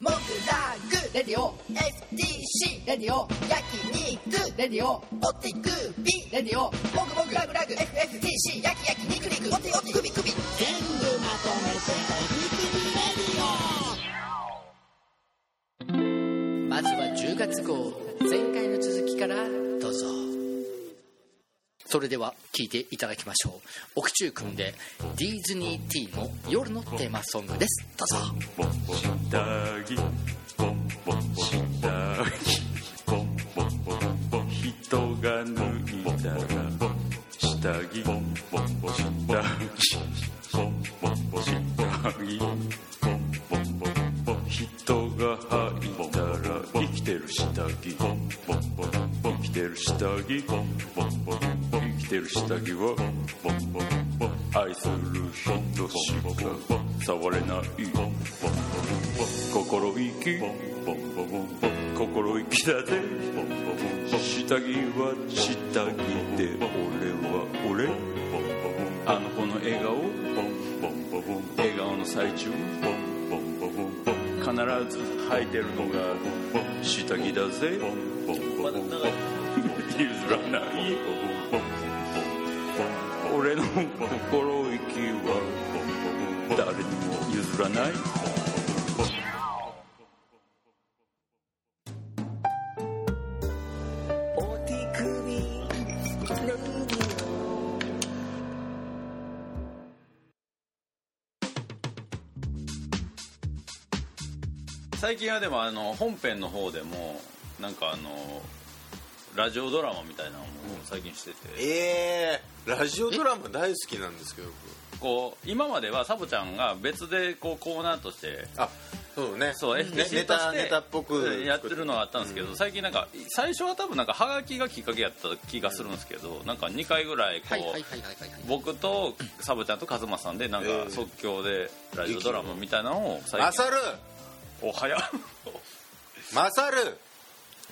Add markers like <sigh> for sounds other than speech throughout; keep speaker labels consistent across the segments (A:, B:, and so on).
A: モグラグレディオ FTC レディオ焼肉レディオオティクビレディオモグモグラグラグ FFTC 焼き焼き肉肉オティオティクビクビ全部まとめてお肉にレディオまずは10月号前回の続きからどうぞそれでは聞いていただきましょう奥中君でディズニーティーの夜のテーマソングですどうぞ
B: ボンボンダギボンボンボンダギボンボンボンボン人が脱いだら下着ボンボンボンダギボンボンボンダギボンボンボンボン人が履いたら生きてる下着ボンボンボンボン生きてる下着ボンボンボンボン生きてる下着はボンボンボンボン愛する人しか触れないボンボン心意気ボンボンボンボンボン心意気だぜボンボンボンボン下着は下着で俺は俺ボンボンボンあの子の笑顔ボンボンボンボン笑顔の最中ボンボンボンボンボン必ず履いてるのがボンボン下着だぜボンボンボンボンボン譲らないボンボンボンボン俺の心意気はボンボンボン誰にも譲らない
C: お手首レディオ
D: 最近はでもあの本編の方でもなんかあのラジオドラマみたいなのを最近してて、
E: えー、ラジオドラマ大好きなんですけど僕
D: こう今まではサボちゃんが別でこうコーナーとして
E: あそうね
D: そう
E: ね
D: FTC として
E: ネタネタっぽく
D: やってるのはあったんですけど、最近なんか最初は多分なんかハガキがきっかけやった気がするんですけど、なんか2回ぐらいこう、
A: はいはいはいはいはいはい
D: 僕とサボちゃんとカズマさんでなんか
E: えー
D: 即興でラジオドラマみたいなのを最
E: マ
D: 近
E: サル
D: おはや
E: マサル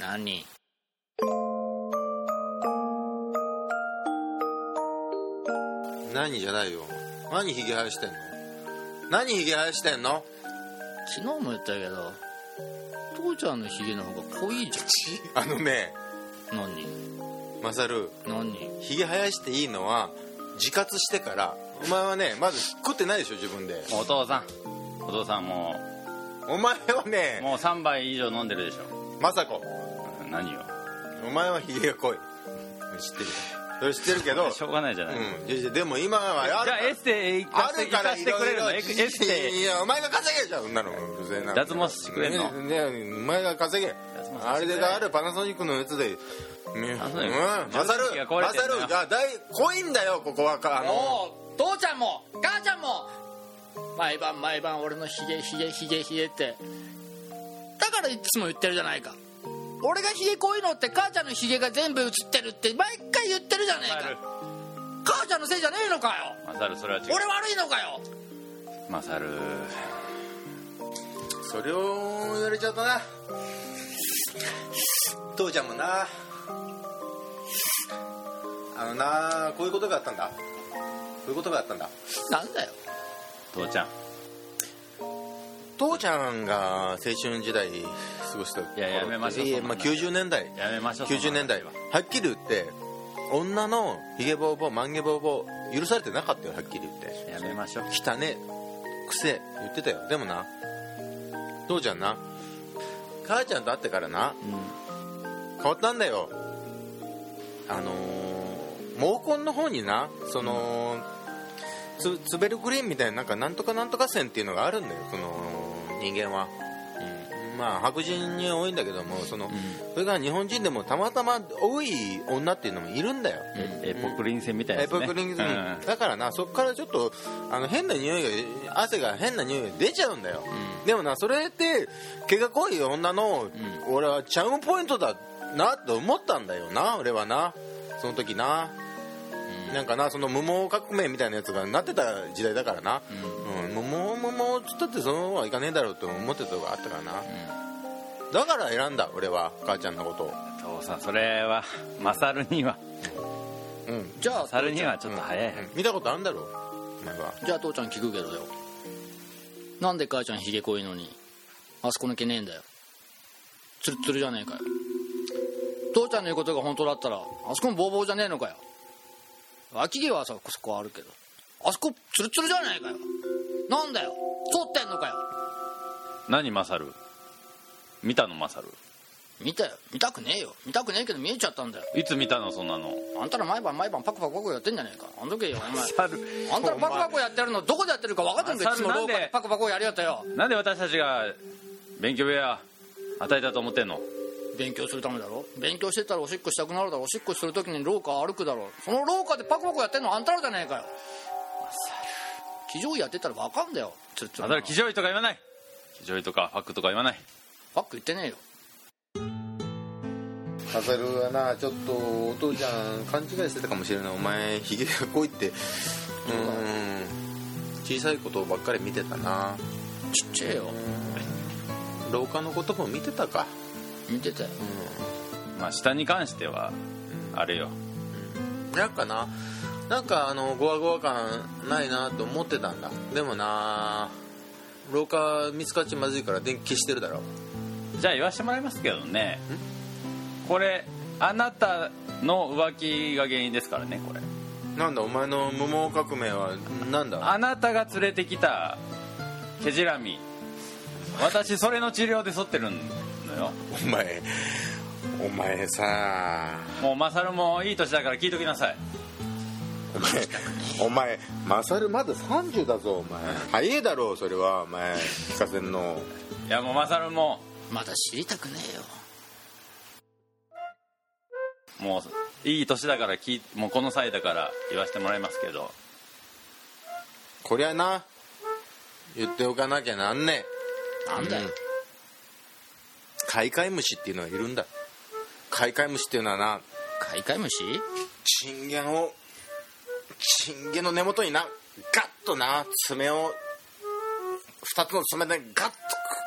A: 何
E: 何じゃないよ何ひげ生やしてんの何ひげ生やしてんの
A: 昨日も言ったけど父ちゃんのヒゲの方が濃いじ
E: あのね
A: ゃん何
E: マサル
A: 何
E: ひげ生やしていいのは自活してからお前はねまず食ってないでしょ自分で
D: お父さんお父さんも
E: お前は
D: う
E: ね
D: もう3杯以上飲んでるでしょ
E: マサコ
D: 何よ
E: お前はひげが濃い知ってるそれ知ってるけ
D: <laughs>
E: ど
D: しょうがないじゃない、
E: うんいやいやでも今は
D: じゃあエステ行か
E: あ
D: せ
E: るか
D: 行か
E: らい
D: せてく
E: ろ
D: れ
E: い
D: る
E: ろ
D: のエクエステ
E: いやお前が稼げじゃんそんなのうるせえな
D: 脱毛してくれんの
E: ねねお前が稼げ
D: 脱毛してくれ
E: あれであるパナソニックのやつでねうん
D: パナ
E: マ
D: ソニック
E: サ
D: 自分
E: ル
D: の機器が壊
E: マ
D: れて
E: サ
D: んのよ
E: ルが大濃いんだよここはかあの
A: もう父ちゃんも母ちゃんも毎晩毎晩俺のヒゲヒゲヒゲヒゲってだからいつも言ってるじゃないか俺がヒゲ濃いのって母ちゃんのヒゲが全部映ってるって毎回言ってるじゃねえ
D: マサル
A: か母ちゃんのせいじゃねえのかよ
D: マサルそれは違う
A: 俺悪いのかよ
D: マサル
E: それを言われちゃったな父ちゃんもなあのなこういうことがあったんだこういうことがあったんだ
A: なんだよ
D: 父ちゃん
E: 父ちゃんが青春時代過ごした頃
D: いややめましょう
E: いや
D: そん
E: ま
D: な
E: あ、
D: の
E: 90年代
D: やめましょう
E: 90年代
D: そ
E: は
D: の
E: はっきり言って女のヒゲボーボーマンゲボーボー許されてなかったよはっきり言って
D: 話はやめましょう
E: 汚ね癖言ってたよでもな父ちゃんな母ちゃんと会ってからな、変わったんだよあのー毛根の方になその、つツベルグリーンみたいななんかなんとかなんとか線っていうのがあるんだよその人間は、まあ白人に多いんだけどもその、それが日本人でもたまたま多い女っていうのもいるんだよ、
D: エポクリン線みたいな
E: エ
D: やつね
E: ポクリンズム
D: うん
E: だからなそこからちょっとあの変な匂いが汗が変な匂いが出ちゃうんだよ、でもなそれって毛が濃い女の、俺はチャームポイントだなと思ったんだよな俺はなその時な、なんかなその無毛革命みたいなやつがなってた時代だからな、うん無毛無毛っつったってそのままいかねえだろうと思ってたとこあったからな、だから選んだ俺は母ちゃんのことを
D: 父さんそれはマサルには
E: うん
A: じゃあ
D: サルにはちょっと早い、
E: うん見たことあるんだろお前は
F: じゃあ父ちゃん聞くけどよなんで母ちゃんひげ濃いのにあそこ抜けねえんだよツルッツルじゃねえかよ父ちゃんの言うことが本当だったらあそこもボーボーじゃねえのかよ脇毛はそこそこあるけどあそこツルッツルじゃねえかよなんだよ剃ってんのかよ
D: 何勝る見たの勝る
F: 見たよ見たくねえよ見たくねえけど見えちゃったんだよ
D: いつ見たのそんなの
F: あんたら毎晩毎晩パクパクパクやってんじゃねえかあんとけよ <laughs> お前
D: 猿
F: あんたらパクパクやってるのどこでやってるか分かってんかい
D: あ
F: つも
D: 猿なん
F: 廊下で
D: で
F: パクパクやりやったよ
D: なんで私たちが勉強部屋与えたと思ってんの
F: 勉強するためだろ勉強してたらおしっこしたくなるだろおしっこするときに廊下歩くだろその廊下でパクパクやってんのあんたらじゃねえかよ騎乗位やってたら分かんだよつるつ
D: あ
F: る
D: んたら気乗位とか言わない気乗位とかファックとか言わない
F: パック言ってねえよ
E: カサルはなちょっとお父ちゃん勘違いしてたかもしれないお前ひげが濃いってうーん小さいことばっかり見てたな
F: ちっちゃいよ
E: 廊下のことも見てたか
F: 見てたよ
D: まあ下に関してはあれよ
E: なんかななんかあのゴワゴワ感ないなと思ってたんだでもな廊下見つかっちゃまずいから電気消してるだろ
D: じゃあ言わせてもらいますけどねこれあなたの浮気が原因ですからねこれ
E: なんだお前の無毛革命はなんだ
D: あなたが連れてきたケジラミ私それの治療で剃ってるのよ
E: お前お前さ
D: もうマサルもいい年だから聞いときなさい
E: お前お前マサルまだ30だぞお前早いだろうそれはお前聞かせんの
D: いやもうマサルも
F: まだ知りたくねえよ
D: もういい年だから聞いもうこの際だから言わせてもらいますけど
E: こりゃな言っておかなきゃなんね
F: なんだよ、
E: うんカイカイムシっていうのがいるんだカイカイムシっていうのはな
F: カイカイムシ
E: チンゲンをチンゲンの根元になガッとな爪を2つの爪でガッと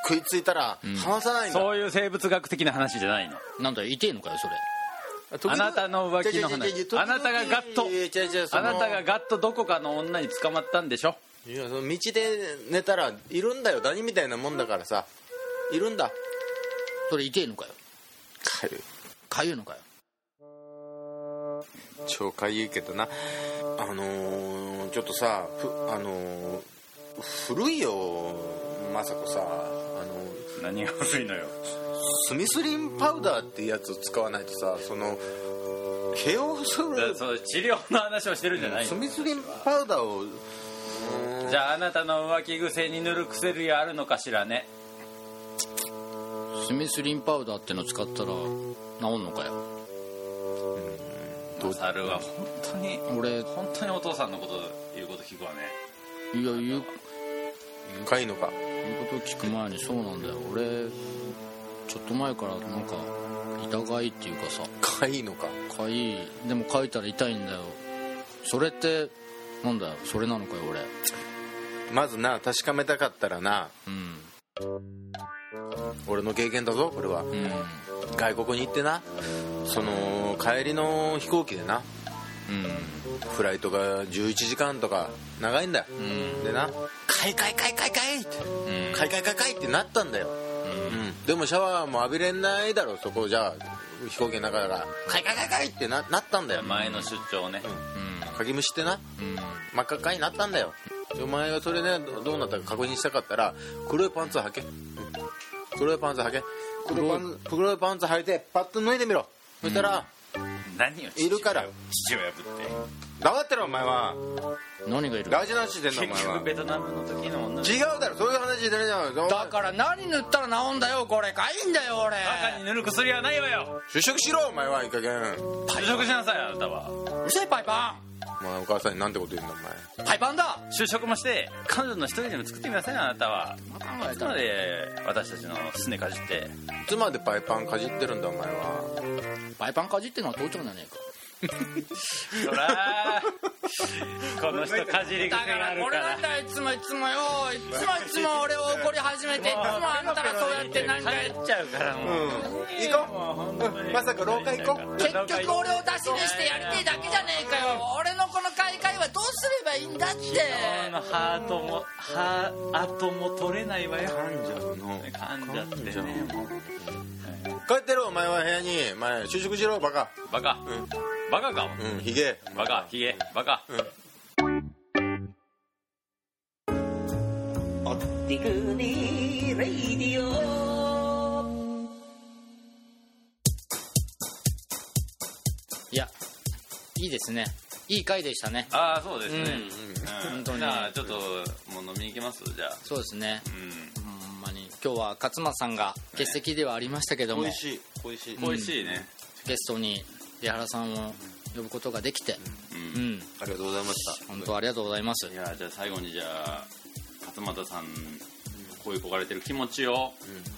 E: 食いついたら離さないんだ、
D: そういう生物学的な話じゃないの
F: なんだよ痛えのかよそれ
D: あなたの浮気の話
E: 違う違う違う違う
D: あなたがガッと
E: いや違う違うそ
D: あ
E: の
D: なたがガッとどこかの女に捕まったんでしょ
E: いやその道で寝たらいるんだよダニみたいなもんだからさいるんだ
F: それ痛えのかよ
E: かゆい
F: かゆいのかよ
E: 超かゆいけどなあのー、ちょっとさふあのー、古いよまさこさあのー
D: 何が悪いのよ
E: スミスリンパウダーっていうやつを使わないとさその毛をす
D: だから
E: る
D: その治療の話をしてるんじゃない
E: ス
D: の
E: ミスリンパウダーを
D: じゃああなたの浮気癖に塗る薬類あるのかしらね
F: スミスリンパウダーっての使ったら治んのかよ
D: マサルは本当に
F: 俺
D: 本当にお父さんのこと言うこと聞くわね
F: いや言う
E: かいいのか
F: いうことを聞く前にそうなんだよ俺ちょっと前からなんか痛がいっていうかさ
E: かいいのか
F: かゆいでもかいたら痛いんだよそれってなんだよそれなのかよ俺
E: まずな確かめたかったらな
F: うん
E: 俺の経験だぞこれは
F: うん
E: 外国に行ってなその帰りの飛行機でなフライトが11時間とか長いんだよ、でな「かいかいかいかいかい」って「かいかいかいかい」ってなったんだよ、うんでもシャワーも浴びれないだろそこじゃあ飛行機の中だから「かいかいかいかい」ってななったんだよ
D: 前の出張ね
E: かきむしってな真っ赤っかになったんだよでお前がそれねどどうなったか確認したかったら黒いパンツを履けうん黒いパンツ履け黒いパンツ黒いパンツ履いてパッと脱いでみろそしたら
D: 何を
E: いるから
D: 父親ぶっ
E: 黙ってろお前は
F: うん何がいる
E: 大事な話してんだ
D: て
E: お前
D: 結
E: は
D: 局ベトナムの時の女の子
E: 違うだろそういう話してるじゃん
F: だから何塗ったら治んだよこれかゆいんだよ俺
D: 赤に塗る薬はないわよ
E: 就職しろお前はいい加減お
D: 就職しなさいあなたは
F: うるせえパイパ
E: 前お母さんになんてこと言うんだ
F: ンパイパンだ
D: 就職もして彼女の一人でも作ってみなさいあなたはあくまで私たちのすねかじって
E: お前いつまでパイパンかじってるんだお前は
F: パイパンかじってのは父ちゃんじゃねえか
D: そらー <laughs> この人かじり癖
F: だか
D: があ
F: ら
D: る
F: こ
D: か
F: れな
D: ら
F: んだよいつもいつもよいつもいつも俺を怒り始めていつもあんたらそうやってなんか
D: 帰っちゃうからもう、
E: 行こううんまさか廊下行こう
F: 結局俺を出しにしてやりてえだけじゃねえかよ俺のこの開会はどうすればばいいんだって
D: あのハートもハーハートも取れないわよ
E: 噛んじゃうの
D: 噛んじゃって
E: 噛んじ
D: ね
E: ゃう
D: もう
E: 帰ってろお前は部屋に前就職しろバカ
D: バカ、
E: うん
D: バカか
E: うんヒゲ
D: バカヒゲバカ
C: おってくにレイディオ
F: いやいいですねいい回でしたね
D: ああそうですね、
F: うん
D: うん
F: 本当に
D: じゃあちょっともう飲みに行きますじゃあ
F: そうですね
D: うん
F: ほんまに今日は勝間さんが欠席ではありましたけども、
E: 美味しい美味しい
D: 美味しいね、
F: ゲストに出原さんを呼ぶことができて
D: うん
F: うん、
E: ありがとうございました
F: 本当ありがとうございます
D: いやじゃあ最後にじゃあ勝俣さんこういう焦がれてる気持ちを、や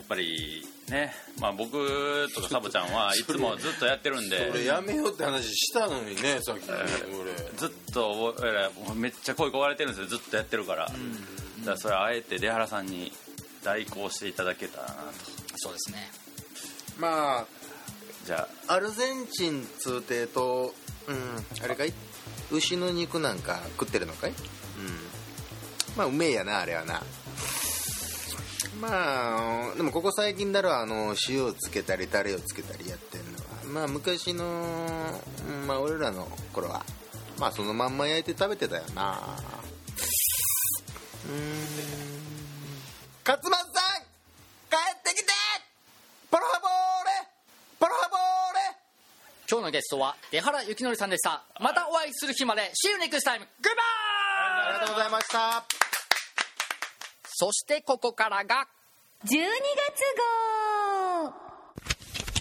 D: っぱりねまあ僕とかサボちゃん <laughs> はいつもずっとやってるんで
E: 俺やめようって話したのにねさっき俺
D: ずっと俺らもうめっちゃ声焦がれてるんですよずっとやってるから、だからそれはあえて出原さんに代行していただけたらなと
F: そうですね
E: まあ
D: じゃ
E: アルゼンチン通底とうんあれかい牛の肉なんか食ってるのかいうんまあうめえやなあれはなまあでもここ最近だろあの塩をつけたりタレをつけたりやってんのはまあ昔のうんまあ俺らの頃はまあそのまんま焼いて食べてたよなうん勝間さん帰ってきてパロハボーレパロハボーレ
F: 今日のゲストは出原幸則さんでしたまたお会いする日まで See you next time! Goodbye!
E: ありがとうございました。
F: そしてここからが
G: 12月号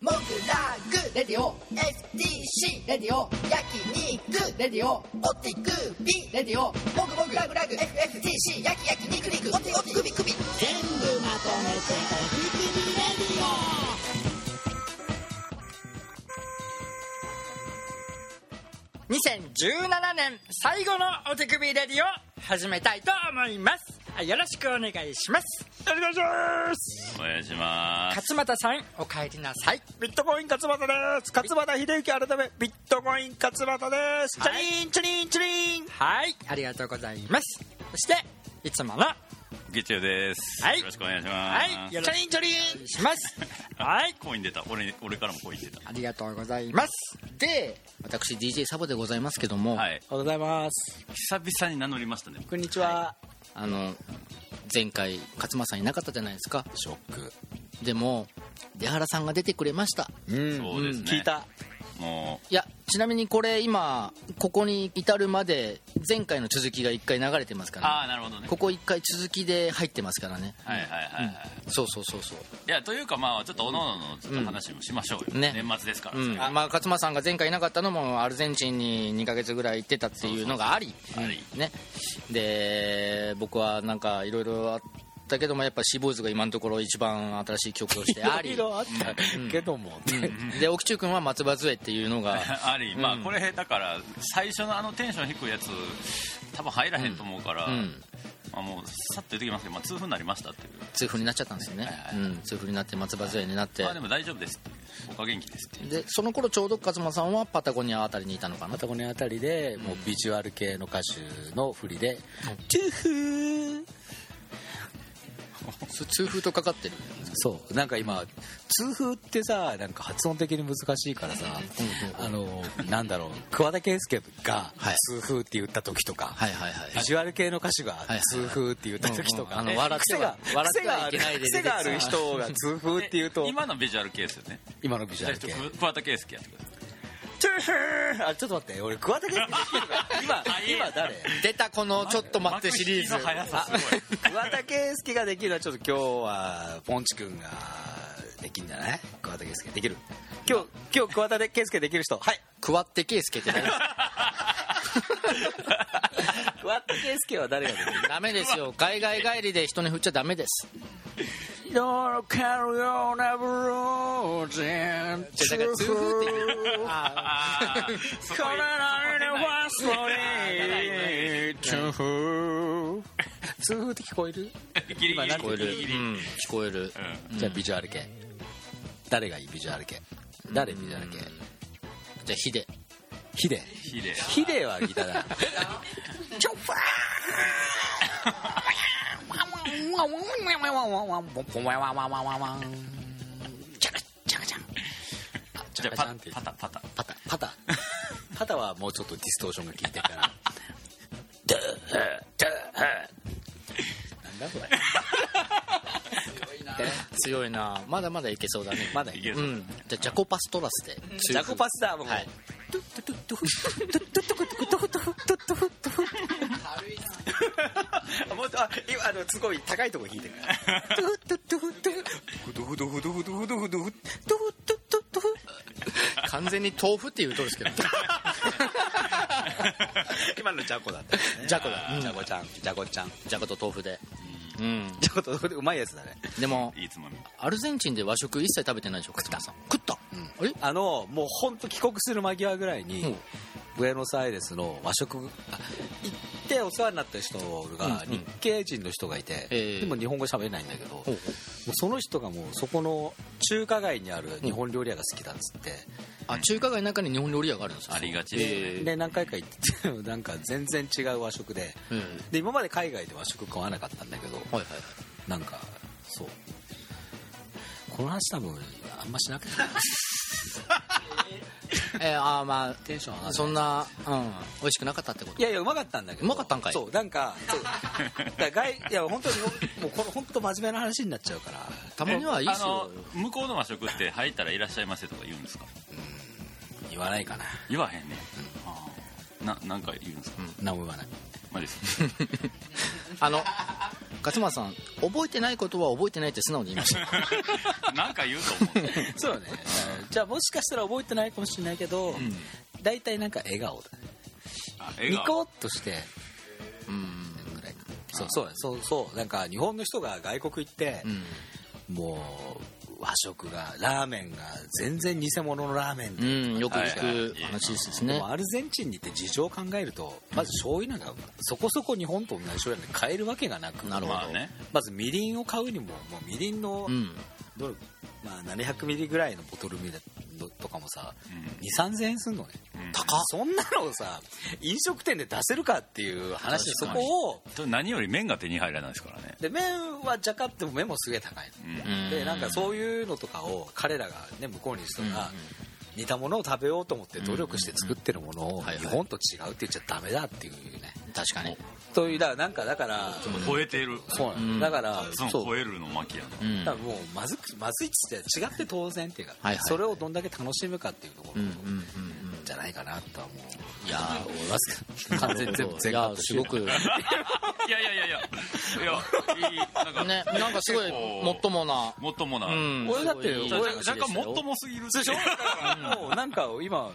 A: モグラグレディオ FTC レディオ焼肉レディオおてくびレディオモグモグラグラグ FFTC 焼き焼き肉肉おておてくびくび
F: 2017年最後のお手首レディを始めたいと思いますよろしくお願いしますお願いします
D: あお願いします
F: 勝俣さんお帰りなさい
H: ビットコイン勝俣です勝俣秀之改めビットコイン勝俣ですチャリンチャリンチャリン
F: はいありがとうございますそしていつものは
D: 月曜です、
H: はい
D: よろしくお願いします、
H: はいチャリンチャリン
F: します
H: はい
D: コイン出た俺俺からもコイン出た
F: ありがとうございますで私 DJ サボでございますけども、
D: はい
H: おはようございます
D: 久々に名乗りましたね
H: こんにちは
F: あの前回勝間さんいなかったじゃないですか
E: ショック。
F: でも出原さんが出てくれました
E: うん。
D: そうですね、
H: 聞いた
D: も
F: いやちなみにこれ今ここに至るまで前回の続きが1回流れてます
D: う
F: から、
D: ああなるほどね
F: ここ1回続きで入ってますからね
D: はいはいはいはい、
F: そうそうそうそう
D: いやというかまあちょっとおのおののちょっと話もしましょうよ、
F: うんね
D: 年末ですから、
F: うんまあ、勝間さんが前回いなかったのもアルゼンチンに2ヶ月ぐらい行ってたっていうのがあり
D: そうあり
F: ね、で僕はなんかいろいろあったけどもやっぱシーボーイズが今のところ一番新しい曲としてあり
H: いろいろあったけども
F: で奥中君は松葉杖っていうのが
D: <laughs> ありまあこれだから最初のあのテンション低いやつ多分入らへんと思うから、
F: うん
D: まあ、もうさっと言ってきますけど、まあ、痛風になりましたっていう、
F: 痛風になっちゃったんですよね
D: はいは、
F: う
D: い
F: ん、痛風になって松葉杖になって
D: まあでも大丈夫ですっていうおか元気ですっていう
F: でその頃ちょうど勝間さんはパタゴニアあたりにいたのかな
I: パタゴニアあたりでもうビジュアル系の歌手の振りで
H: チューフ
F: そ痛風とかかってる
I: そうなんか今痛風ってさなんか発音的に難しいからさあのなんだろう桑田佳祐が
F: はい
I: 痛風って言った時とか
F: はいはいはい
I: ビジュアル系の歌手が
F: はい
I: 痛風って言った時と
F: うん
I: か
F: うんあの笑っては
I: 癖が
F: 笑ってはいけないで出てきた
I: 癖がある癖がある人が痛風って言うと
D: 今のビジュアルケースよね
I: 今のビジュアル系
D: 桑田佳祐やってくださ
I: トゥーフーあちょっと待って俺桑田佳祐今
D: 早い
I: 今誰
F: 出たこの「ちょっと待って」シリーズ
D: 幕引きの速さすごい
I: 桑田佳祐ができるのはちょっと今日はポンチ君ができるんじゃない桑田佳祐できる今日今日桑田で佳祐できる人はい
F: クワッテケースケって誰ですか
I: 桑田佳祐は誰ができる
F: <laughs> ダメですよ海外帰りで人に振っちゃダメです
H: のカルオナブローゼン
F: だから痛風って言う
D: あーそこ
H: これなりのファーストにチューフ
I: 痛風って聞こえる、
D: ギリギリ
I: 今なん
F: 聞こえる、
D: ギリギリ
F: うん、聞こえる
I: じゃあビジュアル系誰がいいビジュアル系誰ビジュアル系
F: じゃあヒデ
I: ヒデ
D: ヒデ
I: ヒデはギターだチョッファーワンワンワンワンワンワンワンワンポンポンワンワンワンワンワンワンチャカチャカチャンあチ
D: じ
I: ャ
D: ゃ
I: カ
D: あパ
I: チャンって
D: パタパタ
I: パタパタパタはもうちょっとディストーションが効いてるからなんだこれ
F: 強いなまだまだいけそうだね
I: まだいけ
F: う
I: る
F: んじゃあジャコパストラスで
I: ジャコパスだもう
F: はい
I: あ <laughs> もっとあ今あのすごい高いとこ弾いてるからドゥドゥドゥドゥドゥドゥドゥドゥドゥドゥドゥドゥドゥドゥドゥドゥ
F: 完全に豆腐っていうとですけど
I: 今のジャコだったね
F: ジャコだうん
I: ジャコちゃんジャコちゃん
F: ジャコと豆腐でうん
I: ジャコとうまいやつだね
F: でも
D: いいつもみ
F: アルゼンチンで和食一切食べてないでしょ食ったさん食ったあれ
I: あのもう本当帰国する間際ぐらいに、
F: うん
I: ブエノスアイレスの和食あ行ってお世話になった人が
F: うんうん
I: 日系人の人がいて、
F: ええ
I: でも日本語喋れないんだけど、も
F: ほう
I: うその人がもうそこの中華街にある日本料理屋が好きだっつって、
F: あ中華街の中に日本料理屋があるんですよ
D: ありがちですね
F: え
I: で何回か行ってて <laughs> なんか全然違う和食で
F: えうん
I: で今まで海外で和食食わなかったんだけど、
F: はいはい
I: なんかそうこの話多分あんましなく
F: <laughs>
I: ていい
F: えーあーま
I: テンション上が
F: あ
I: る
F: そんなうん美味しくなかったってこと
I: いやいやうまかったんだけど
F: うまかったんかい
I: そうなんかそうだから外いや本当にもうこの本当真面目な話になっちゃうから
F: たまにはいいですよ
D: あの向こうの和食って入ったらいらっしゃいませとか言うんですか
I: 言わないかな
D: 言わへんね、あーななんか言うんですか、
I: 何も言わない
D: マジです <laughs> か
F: あの勝間さん覚えてないことは覚えてないって素直に言いました
D: なんか言うと思うんですよ
I: そうねじゃあもしかしたら覚えてないかもしれないけど大体、なんか笑顔だね
D: あ笑
I: ニ
D: 顔
I: コッとして
F: うん
I: ぐらいそうそうねそうそうなんか日本の人が外国行って
F: う、ん
I: もう和食がラーメンが全然偽物のラーメンで、
F: うん、よく
D: はい
F: 聞く
D: はい
F: 話です
I: で
F: ね
I: も。アルゼンチンに行って事情を考えるとまず醤油なんかそこそこ日本と同じ醤油なんて買えるわけがなく
F: なるほど
D: まあね
I: まずみりんを買うにももうみりんの、
F: うん、
I: どれまあ、700ミリぐらいのボトルみりんとかもさ
D: うん
I: 2 3 0円すんのね、
D: うん
I: 高そんなのをさ飲食店で出せるかっていう話でそ
F: 確かに
I: こを
D: と何より麺が手に入らないですからね、
I: で麺はジャカっても麺もすげえ高いの
D: うん
F: うん
I: でなんかそういうのとかを彼らが、ね、向こうに人が似たものを食べようと思って努力して作ってるものを
F: はいはい
I: 日本と違うって言っちゃダメだっていうね
F: 確かに。
I: というだからなんかだから
D: 超えてる
I: そうな
F: うん
I: のだから
D: その
I: そう
D: 超えるの巻きや
F: う
D: ね
F: ん
I: だからもうまずくまずいっつって違って当然っていうか
F: はいはい
I: それをどんだけ楽しむかっていうとこ
F: うん
I: ろ
F: うんうん
I: じゃないかなとは思う
F: いやー
I: 思いますけど完全に全部
F: い
I: 全カ
F: や
I: ッ
F: ー
I: トし
F: す
I: よ
F: ご
I: う
F: くね
D: いやいやいやいやいやいいなんか
F: なんかすご
D: 結
F: い
D: 構
F: もっともな
D: もっともな、
F: うん
I: 俺だって
F: すごい
I: 俺
D: 若干もっともすぎるでしょ
I: もうなんか今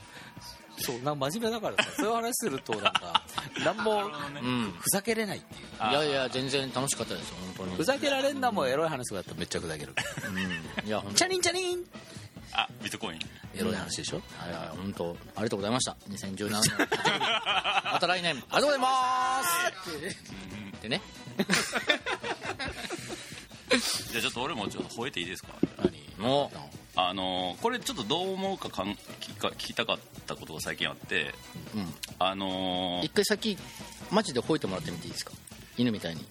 I: そうなんか真面目だからさそういう話するとなんか何も
F: うん
I: ふざけれないっていう
F: いやいや全然楽しかったですよ本当
I: ふ
F: に
I: ざけられんなもんエロい話とかだったらめっちゃふざける
F: いや本
I: チ
F: 当
I: ャリンチャリン
D: あビットコイン
I: エロい話でしょ
F: はいはい本当ありがとうございました2017年また来年ありがとうございますでね
D: じゃあちょっと俺もちょっと吠えていいですか
F: も
D: あのーこれちょっとどう思うかかん聞か聞きたかったことが最近あって
F: ううん
D: あの
F: 一
D: ー
F: 回先マジで吠えてもらってみていいですか犬みたいに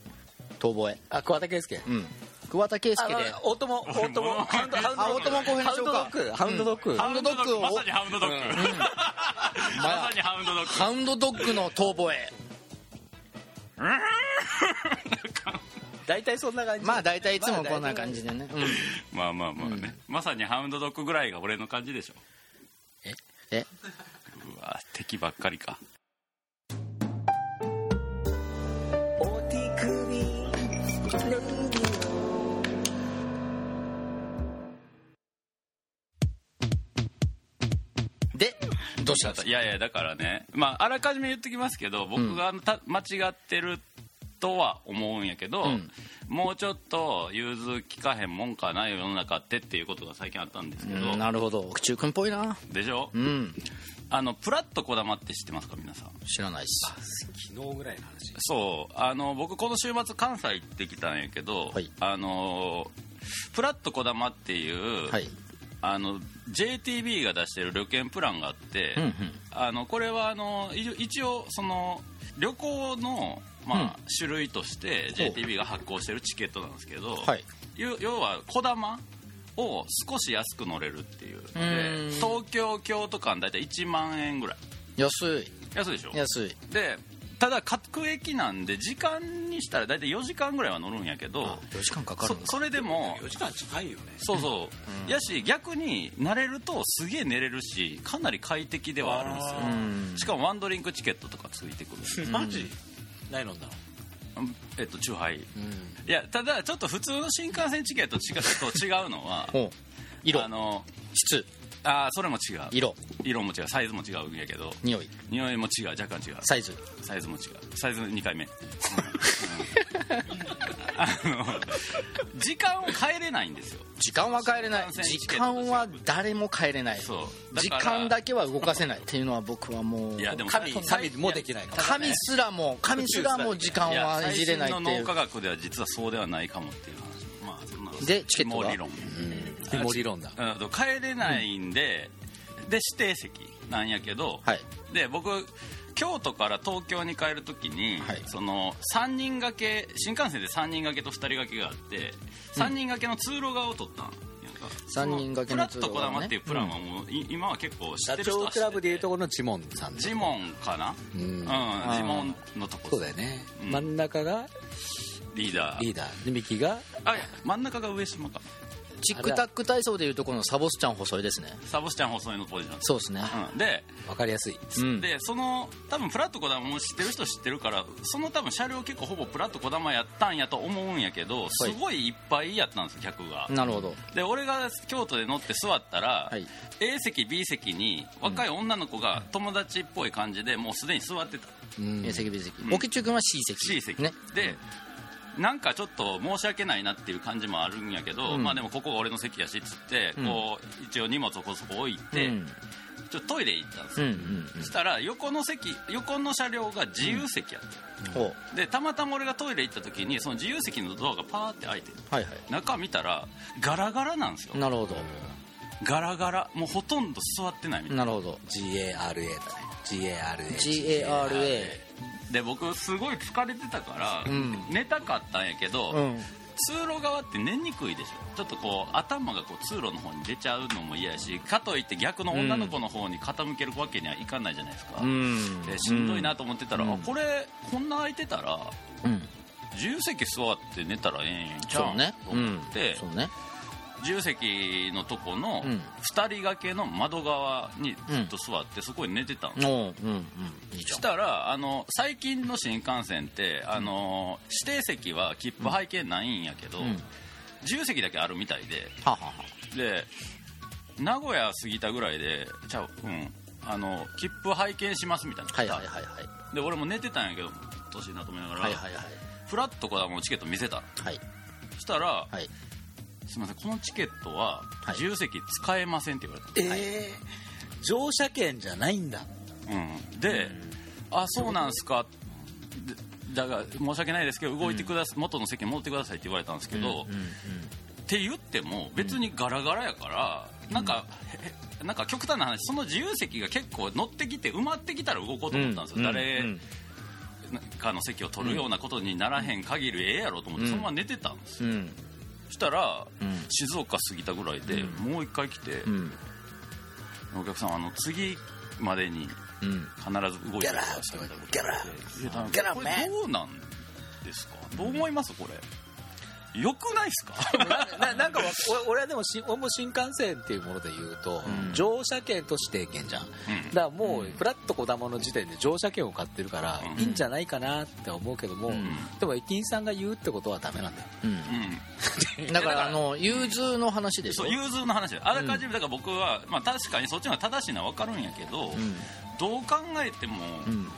F: 遠吠え
I: あ桑田佳祐
F: うん桑田佳祐
I: あ
F: で
I: 大友大友ハウンドハウンド
F: あ大友公平
I: ハ
F: の
I: ウン
F: 紹介
I: ドドッグハウンドドッグ
F: ハウンドドッグを
D: まさにハウンドドッグ、まさにハウンドドッグ
F: ハウンドドッグの遠吠え
I: 大体そんな感じ
F: まあ大体いつもこんな感じでね、うん、
D: まあまあまあね、まさにハウンドドッグぐらいが俺の感じでしょ
F: え
D: うわ敵ばっかりか
C: お手首レディオ
F: でどうしたんです
D: いやいやだからね、 <laughs> まあ、あらかじめ言っときますけど僕がた間違ってるとは思うんやけど、
F: うん
D: もうちょっと融通聞かへんもんかな世の中ってっていうことが最近あったんですけど、
F: うんなるほど奥中君っぽいな
D: でしょ、
F: うん
D: あのプラッとこだまって知ってますか皆さん
F: 知らないっす
I: 昨日ぐらいの話
D: そうあの僕この週末関西行ってきたんやけど、
F: はい
D: あのプラッとこだまっていう、
F: はい
D: あの JTB が出してる旅券プランがあって、
F: うんうん
D: あのこれはあの一応一応その旅行の、まあ種類として
F: ほう
D: JTB が発行してるチケットなんですけど、
F: はい
D: 要要は小玉を少し安く乗れるっていうの
F: う
D: で
F: ん
D: 東京京都間大体1万円ぐらい
F: 安い
D: 安いでしょ
F: 安い
D: でただ各駅なんで時間にしたら大体4時間ぐらいは乗るんやけど
F: 4時間かか
D: そ
F: るんです
D: それでも
I: 4時間近いよね
D: そうそう、やし逆に慣れるとすげえ寝れるしかなり快適ではあるんですよ
I: あ
D: しかもワンドリンクチケットとかついて
F: <laughs>
D: くる、
I: マジ何飲んだの
D: うんえっとチューハイ、いやただちょっと普通の新幹線チケット違うと違うのは
F: おう色
D: あの
F: 質
D: あーそれも違う
F: 色
D: 色も違うサイズも違うんやけど
F: 匂い
D: 匂いも違う若干違う
F: サイズ
D: サイズも違うサイズ2回
F: <laughs>
D: 目うんあの時間を変えれないんですよ
F: 時間は変えれない
D: 新幹線チ
F: 時
D: ケット
F: 間は誰も変えれない
D: そう
F: 時
D: だから
F: 間だけは動かせないっていうのは僕はもう
D: いやでも
I: 神神もできないから
F: 神すらも神すらも時間
D: いや
F: はいじれな
D: 最
F: いって
D: 新
F: い
D: の脳
F: う
D: 科学では実はそうではないかもっていう話まあそんな
F: でチケットは
D: もう理論
I: ひも理論だ
D: うんと帰れないんで、で指定席なんやけど、
F: はい
D: で僕京都から東京に帰るときに、
F: はい
D: その3人掛け新幹線で3人掛けと2人掛けがあって3人掛けの通路側を取ったんやんか
F: 三人掛けの通路
D: プラッとこだ
F: 側ね
D: まっていうプランはもう、い今は結構知っ
I: ダ
D: て
I: チ
D: る人
I: ョウ
D: は知
I: 倶
D: っ
I: 楽
D: て
I: 部でいう
D: て
I: とこのジモンさんだ
D: ジモンかな
I: う
D: うん
I: ん
D: ジモンのとこ
I: そうだよね
D: うん
I: 真ん中が
D: リーダー
I: リーダーで右が
D: あいや真ん中が上島か
F: チックタック体操でいうとこのサボスちゃん細いですね
D: サボスちゃん細いのポジション
F: そうですね
D: うん、で
I: 分かりやすい
F: うん
D: でその多分プラットこだまも知ってる人知ってるからその多分車両結構ほぼプラットこだまやったんやと思うんやけどすごいいっぱいやったんですよ客が
F: なるほど
D: で俺が京都で乗って座ったら、
F: はい
D: A 席 B 席に若い女の子が友達っぽい感じでもうすでに座ってた
I: うん、
F: A 席 B 席
D: ん
F: 沖中君は C 席
D: C 席、
F: ね
D: でなんかちょっと申し訳ないなっていう感じもあるんやけど、
F: ん
D: まあでもここが俺の席やしっつって、
F: うん
D: こう一応荷物をこそこ置いて、
F: うん
D: ちょっとトイレ行ったんです
F: うん
D: よ、
F: う
D: そ
F: ん
D: したら横の席横の車両が自由席やった、
F: うんほう
D: でたまたま俺がトイレ行った時にその自由席のドアがパーって開いてる
F: はいは
D: 中見たらガラガラなんです
F: い
D: よ
F: なるほど
D: ガラガラもうほとんど座ってないみたいな
F: なるほど
I: GARA だね GARA
F: GARA
D: で僕すごい疲れてたから、
F: うん
D: 寝たかったんやけど、
F: うん
D: 通路側って寝にくいでしょちょっとこう頭がこう通路の方に出ちゃうのも嫌やしかといって逆の女の子の方に傾けるわけにはいかないじゃないですか、
F: うん
D: でしんどいなと思ってたら、
F: うん
D: あこれこんな空いてたら
F: うん
D: 自由席座って寝たらええんちゃ
F: そううね
D: と
F: う
D: 思
F: ん
D: って、
F: そうね
D: 自由席のとこの
F: うん
D: 2人掛けの窓側にずっと座ってそこに寝てたんですよ
F: おううんうんいいじゃ
D: し
F: ん
D: たらあの最近の新幹線ってあの指定席は切符拝見ないんやけど、
F: うん
D: 自由席だけあるみたいで
F: ははは
D: で名古屋過ぎたぐらいでちゃううんあの切符拝見しますみたいな、
F: はいはいはいはい
D: で俺も寝てたんやけどうっとうしいなと思いながら、
F: はいはいはい
D: フラッとこだもチケット見せたの
F: はい
D: そしたら、
F: はい
D: すいませんこのチケットは
F: はい
D: 自由席使えませんって言われた、
I: ええー、乗車券じゃないんだ
D: うん、で、あそうなんすかでだから申し訳ないですけど動いてくださ、元の席に戻ってくださいって言われたんですけど、って言っても別にガラガラやから、なんかへへなんか極端な話その自由席が結構乗ってきて埋まってきたら動こうと思ったんですよ、
F: う
D: 誰
F: うん
D: かの席を取るようなことにならへん限りええやろと思って、
F: うん
D: そのまま寝てたんですよ
F: うん
D: そしたら、
F: うん
D: 静岡過ぎたぐらいで、もう一回来て、
F: うん
D: お客さんあの次までに
F: うん
D: 必ず動いてくださいみたいなこと言われて
I: ゲラ
D: これどうなんですかどう思いますこれよくないですか
I: な <laughs> なんかわお俺はでもし俺も新幹線っていうもので言うと、
F: うん
I: 乗車券と指定券じゃん、だからもうフラッとこだまの時点で乗車券を買ってるから、
D: うん
I: いいんじゃないかなって思うけども、
D: ん
I: でも駅員さんが言うってことはダメなんだよ
F: うん
D: う
F: だからあの融通の話で
D: ん、
F: しょ
D: そう融通の話であらかじめだから僕は、まあ、確かにそっちの方が正しいのは分かるんやけど、
F: うん
D: どう考えても
F: うん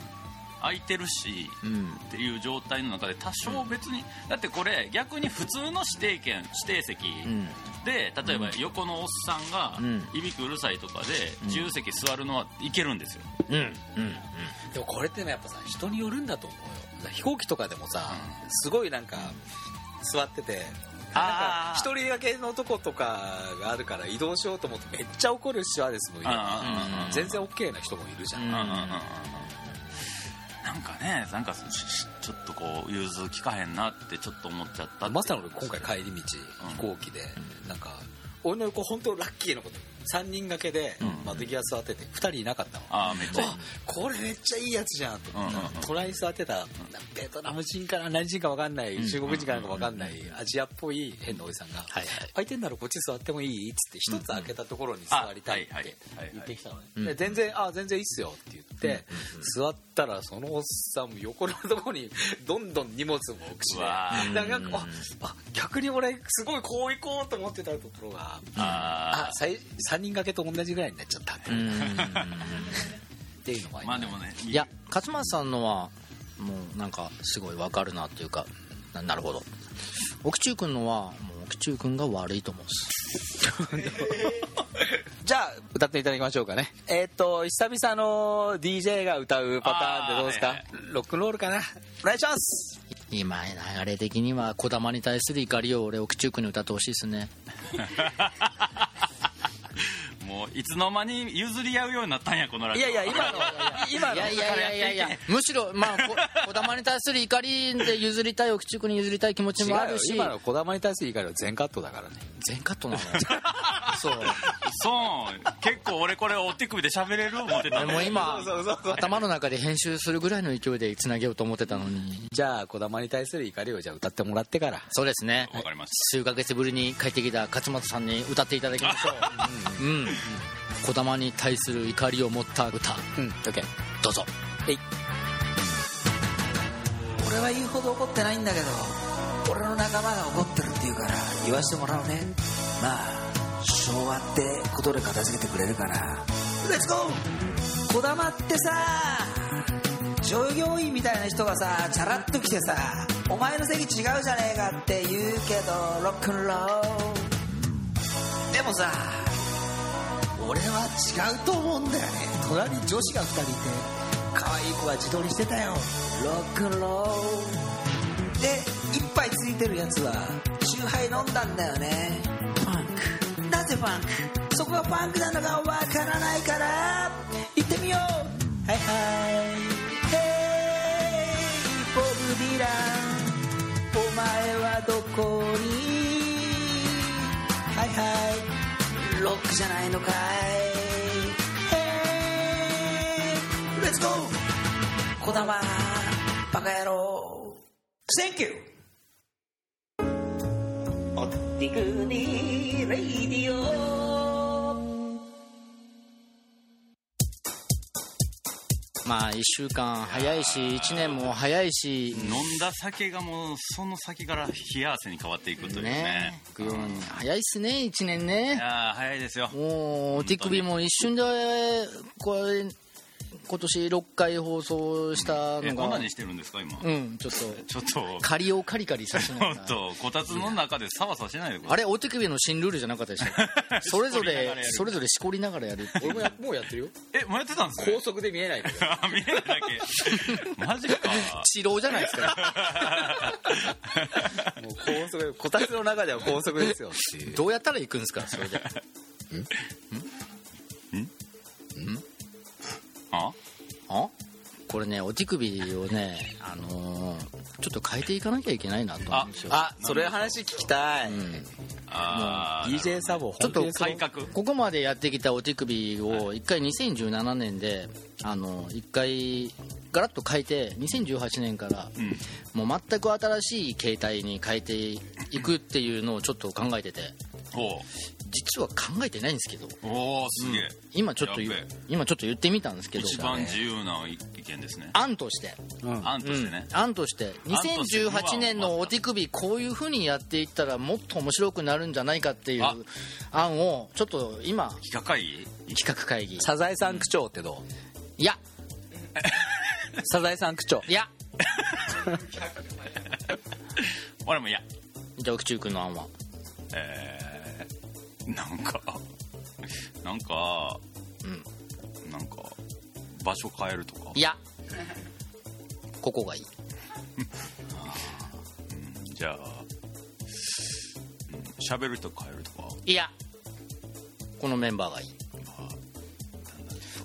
D: 空いてるし
F: うん
D: っていう状態の中で多少別に、だってこれ逆に普通の指定券指定席
F: うん
D: で例えば横のおっさんが
F: うん
D: いびくうるさいとかで自由席座るのはいけるんですよ、
F: うんうん
I: でもこれってねやっぱさ人によるんだと思うよ飛行機とかでもさ、すごいなんか座っててなんか
D: あー
I: 一人だけのとことかがあるから移動しようと思ってめっちゃ怒るシワですもん
D: あー
I: 全然 OK な人もいるじゃん、
D: うんうんうんうんうんなんかねなんかししちょっとこう融通きかへんなってちょっと思っちゃったっていう
I: まさに俺今回帰り道飛行機で、なんか俺の横本当ラッキーなこと3人掛けで
D: うん
I: 窓際座ってて2人いなかったの、
D: ああめっちゃいい
I: あこれめっちゃいいやつじゃんと思って、
D: うんうんうん
I: トライ座ってたベトナム人かな何人か分かんない中国人かなんか分かんないアジアっぽい変なおじさんが「
F: はいはい
I: 空いてんならこっち座ってもいい?」っつって一つ開けたところに座りたいっ
D: あはい
I: て
D: はいはいはい
I: 言ってきたのね、
F: うん
I: で全然「あ全然いいっすよ」って言って、座ったらそのおっさんも横のところに <laughs> どんどん荷物も置くし
D: う
I: ね
D: わー
I: だからなんかああ逆に俺すごいこう行こうと思ってたところがあ
D: あ
I: さい3人掛けと同じぐらいになっちゃったっていうっていうのもあ
D: あ
I: り
D: まあ
I: ます
D: でもね
F: いや勝間さんのはもうなんかすごいわかるなっていうかななるほど奥中君のはもう奥中君が悪いと思うし
I: じゃあ歌っていただきましょうかねえーっ、と久々の DJ が歌うパターンでどうですか、
D: あーはい
I: ロックンロールかなお願いします
F: 今流れ的には児玉に対する怒りを俺奥中君に歌ってほしいですね
D: もういつの間に譲り合うようになったんやこのラ
I: い
D: ジオ
I: やいや今の <laughs> 今の
F: いやいやいやいやいやむしろまあこ児玉に対する怒りで譲りたい奥中君に譲りたい気持ちもあ
I: 違うよ
F: るし
I: 今の児玉に対する怒りは全カットだからね
F: 全カットなの <laughs> そう
D: そう結構俺これ追って首で喋れる思ってた
F: 俺も今
I: そうそうそう
F: 頭の中で編集するぐらいの勢いでつなげようと思ってたのに
I: じゃあ児玉に対する怒りをじゃあ歌ってもらってから
F: そうですね
D: わかりまし
F: 数ヶ月ぶりに帰ってきた勝俣さんに歌っていただきましょ
D: <laughs>
F: ううん児玉に対する怒りを持った歌
I: うん OK
F: どうぞ
J: 俺は言うほど怒ってないんだけど俺の仲間が怒ってるって言うから言わせてもらうねまあ昭和ってことで片付けてくれるかなレッツゴーこだまってさ従業員みたいな人がさチャラッと来てさお前の席違うじゃねえかって言うけどロックンロールでもさ俺は違うと思うんだよね隣に女子が2人いて可愛い子は自撮りしてたよロックンロールで一杯ついてるやつはチューハイ飲んだんだよねパンクなぜパンクそこがパンクなのかわからないから行ってみようはいはいヘイボブ・ディランお前はどこにはいはいロックじゃないのかい Hey, Let's go! こだまバカ野郎 Thank you!
C: おってくにレイディオ
F: まあ1週間早いし1年も早いし
D: 飲んだ酒がもうその先から冷や汗に変わっていくというね
F: ね行くように早いっすね1年
D: い
F: ね
D: やー早いですよ
F: もう手首も一瞬でこれ今年6回放送した
D: え
F: の
D: こんな
F: が
D: にしてるんですか今、
F: うんちょっ
D: ちょっと
F: と仮をカリカリさ
D: <laughs>
F: せ
D: ち
F: な
D: ょ
F: い
D: っとこたつの中でサワサワしないでくだ
F: あ
D: さい
F: れお手首の新ルールじゃなかったでしょ
D: <laughs>
F: それぞ
D: しこりながら
F: れ
D: やる
F: それぞれしこりながらやるっていう
I: 俺もやもうやってるよ
D: えもうやってたんですね
I: 高速で見 <laughs> えないけど
D: あ見えないだけマジか
F: 治療じゃないですか
I: もう高速でこたつの中では高速ですよっていう
F: どうやったら行くんですかそ
D: <laughs>
F: れで
D: あ
F: あこれねお手首をねあのーちょっと変えていかなきゃいけないなと思うんですよ
I: あそれ話聞きたい、
D: あー
I: DJ サボ
F: ちょっと
I: 本気でそう
D: 改革
F: ここまでやってきたお手首を一回2017年であの一回ガラッと変えて2018年から
D: うん
F: もう全く新しい携帯に変えていくっていうのをちょっと考えてて
D: おう
F: 実は考えてないんですけど
D: おーすげえ、
F: 今ちょっと言う
D: やっべ
F: 今ちょっと言ってみたんですけど
D: 一番自由な意見ですね
F: 案として
D: 案としてね、
F: うん、案として2018年のお手首こういう風にやっていったらもっと面白くなるんじゃないかっていう
D: あ
F: 案をちょっと今
D: 企画会議
F: 企画会議
I: サザエさん区長ってどう
F: いや
I: サザエさん区長
F: いや
D: 俺もいや
F: じゃあ奥中君の案は
D: えー、なんかなんかうんなんか場所変えるとか
F: いやここがいい
D: じゃあ喋る人変えるとか
F: いやこのメンバーがいい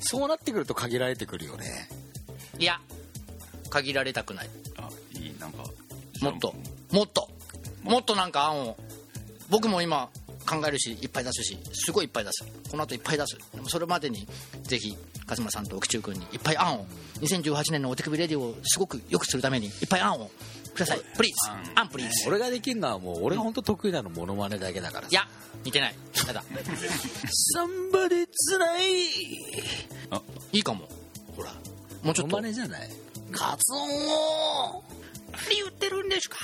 I: そうなってくると限られてくるよね
F: いや限られたくない
D: あいいなんか
F: もっともっともっとなんか案を僕も今考えるしいっぱい出すしすごいいっぱい出すこの後いっぱい出すでもそれまでにぜひ勝間さんと奥中君にいっぱい案を2018年のお手首レディオをすごく良くするためにいっぱい案をくださいプリーズ案プリーズ
I: 俺ができるのはもう俺が本当得意なのモノマネだけだから
F: いや似てないただ
I: サンバでつらい
F: いいかも
I: ほら
F: もうちょっと
I: モノマネじゃない
J: カツオを言ってるんですか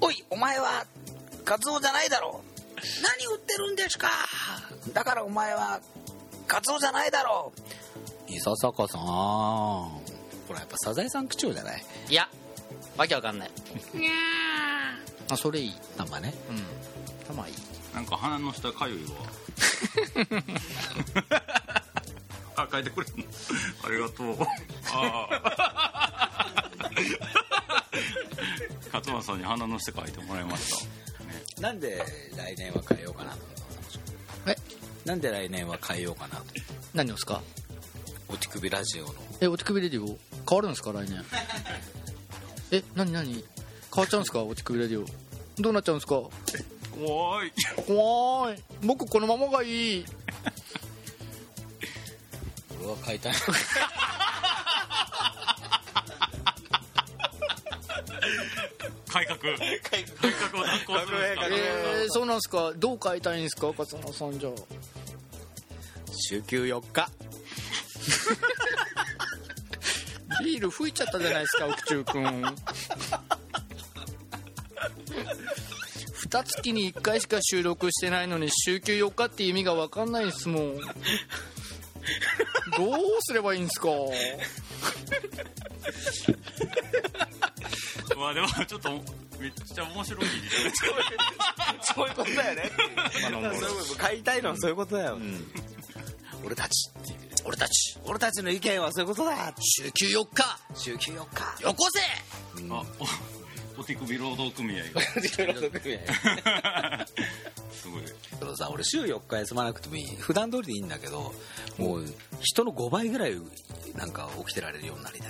J: おいお前はカツオじゃないだろう何言ってるんですかだからお前はカツオじゃないだろう
I: 伊佐坂さんほらやっぱサザエさん口調じゃない
F: いやわけわかんないあそれいい
I: あんまね
F: うん頭いい
D: なんか鼻の下かゆいわあ変えてくれんのありがとうあー勝間さんに鼻の下書いてもらいました
I: なんで来年は変えようかなと
F: え
I: なんで来年は変えようかなと
F: 何をですか
I: お乳首ラジオの
F: えお手首レディオ変わるんですか来 <laughs> 年え何何変わっちゃうんですかお手首レディオどうなっちゃうんですか
D: おーい
F: 怖い僕このままがいい
I: 俺は変えたい
D: 改革改革を断行するんですか
F: えー、そうなんですかどう変えたいんですか勝間さんじゃ
I: 週休4日
F: あビール吹いちゃったじゃないですか奥中君 <laughs> 二月に1回しか収録してないのに週休4日って意味が分かんないですもんどうすればいいんですか
D: まあでもちょっとめっちゃ面白い
I: そういうことだよね変えたいのはそういうことだよ、俺たち
F: 俺たち
I: 俺たちの意見はそういうこと <laughs> だ
F: 週休4日
I: 週休4日
F: よこせ
D: あおお手首労働組合がすごい
I: でもさ俺週4日休まなくてもいい普段通りでいいんだけどもう人の5倍ぐらいなんか起きてられるようになりたい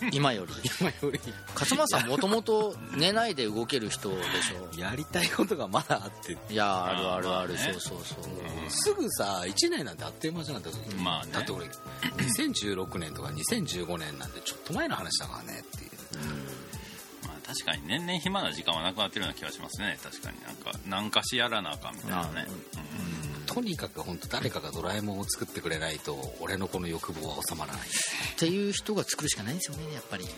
I: なと
F: 今より
I: 今より
F: 勝間さんもともと寝ないで動ける人でしょ
I: やりたいことがまだあって
F: いやーあるあるある、
D: まあね
F: そうそうそう、
I: すぐさ1年なんてあっという間じゃなかった
D: まあね
I: だって俺2016年とか2015年なんてちょっと前の話だからねっていう
D: まあ確かに年々暇な時間はなくなってるような気がしますね確かになんか何かしやらなあかんみたいなね
I: とにかく本当誰かがドラえもんを作ってくれないと俺のこの欲望は収まらない
F: っていう人が作るしかないんですよねやっぱり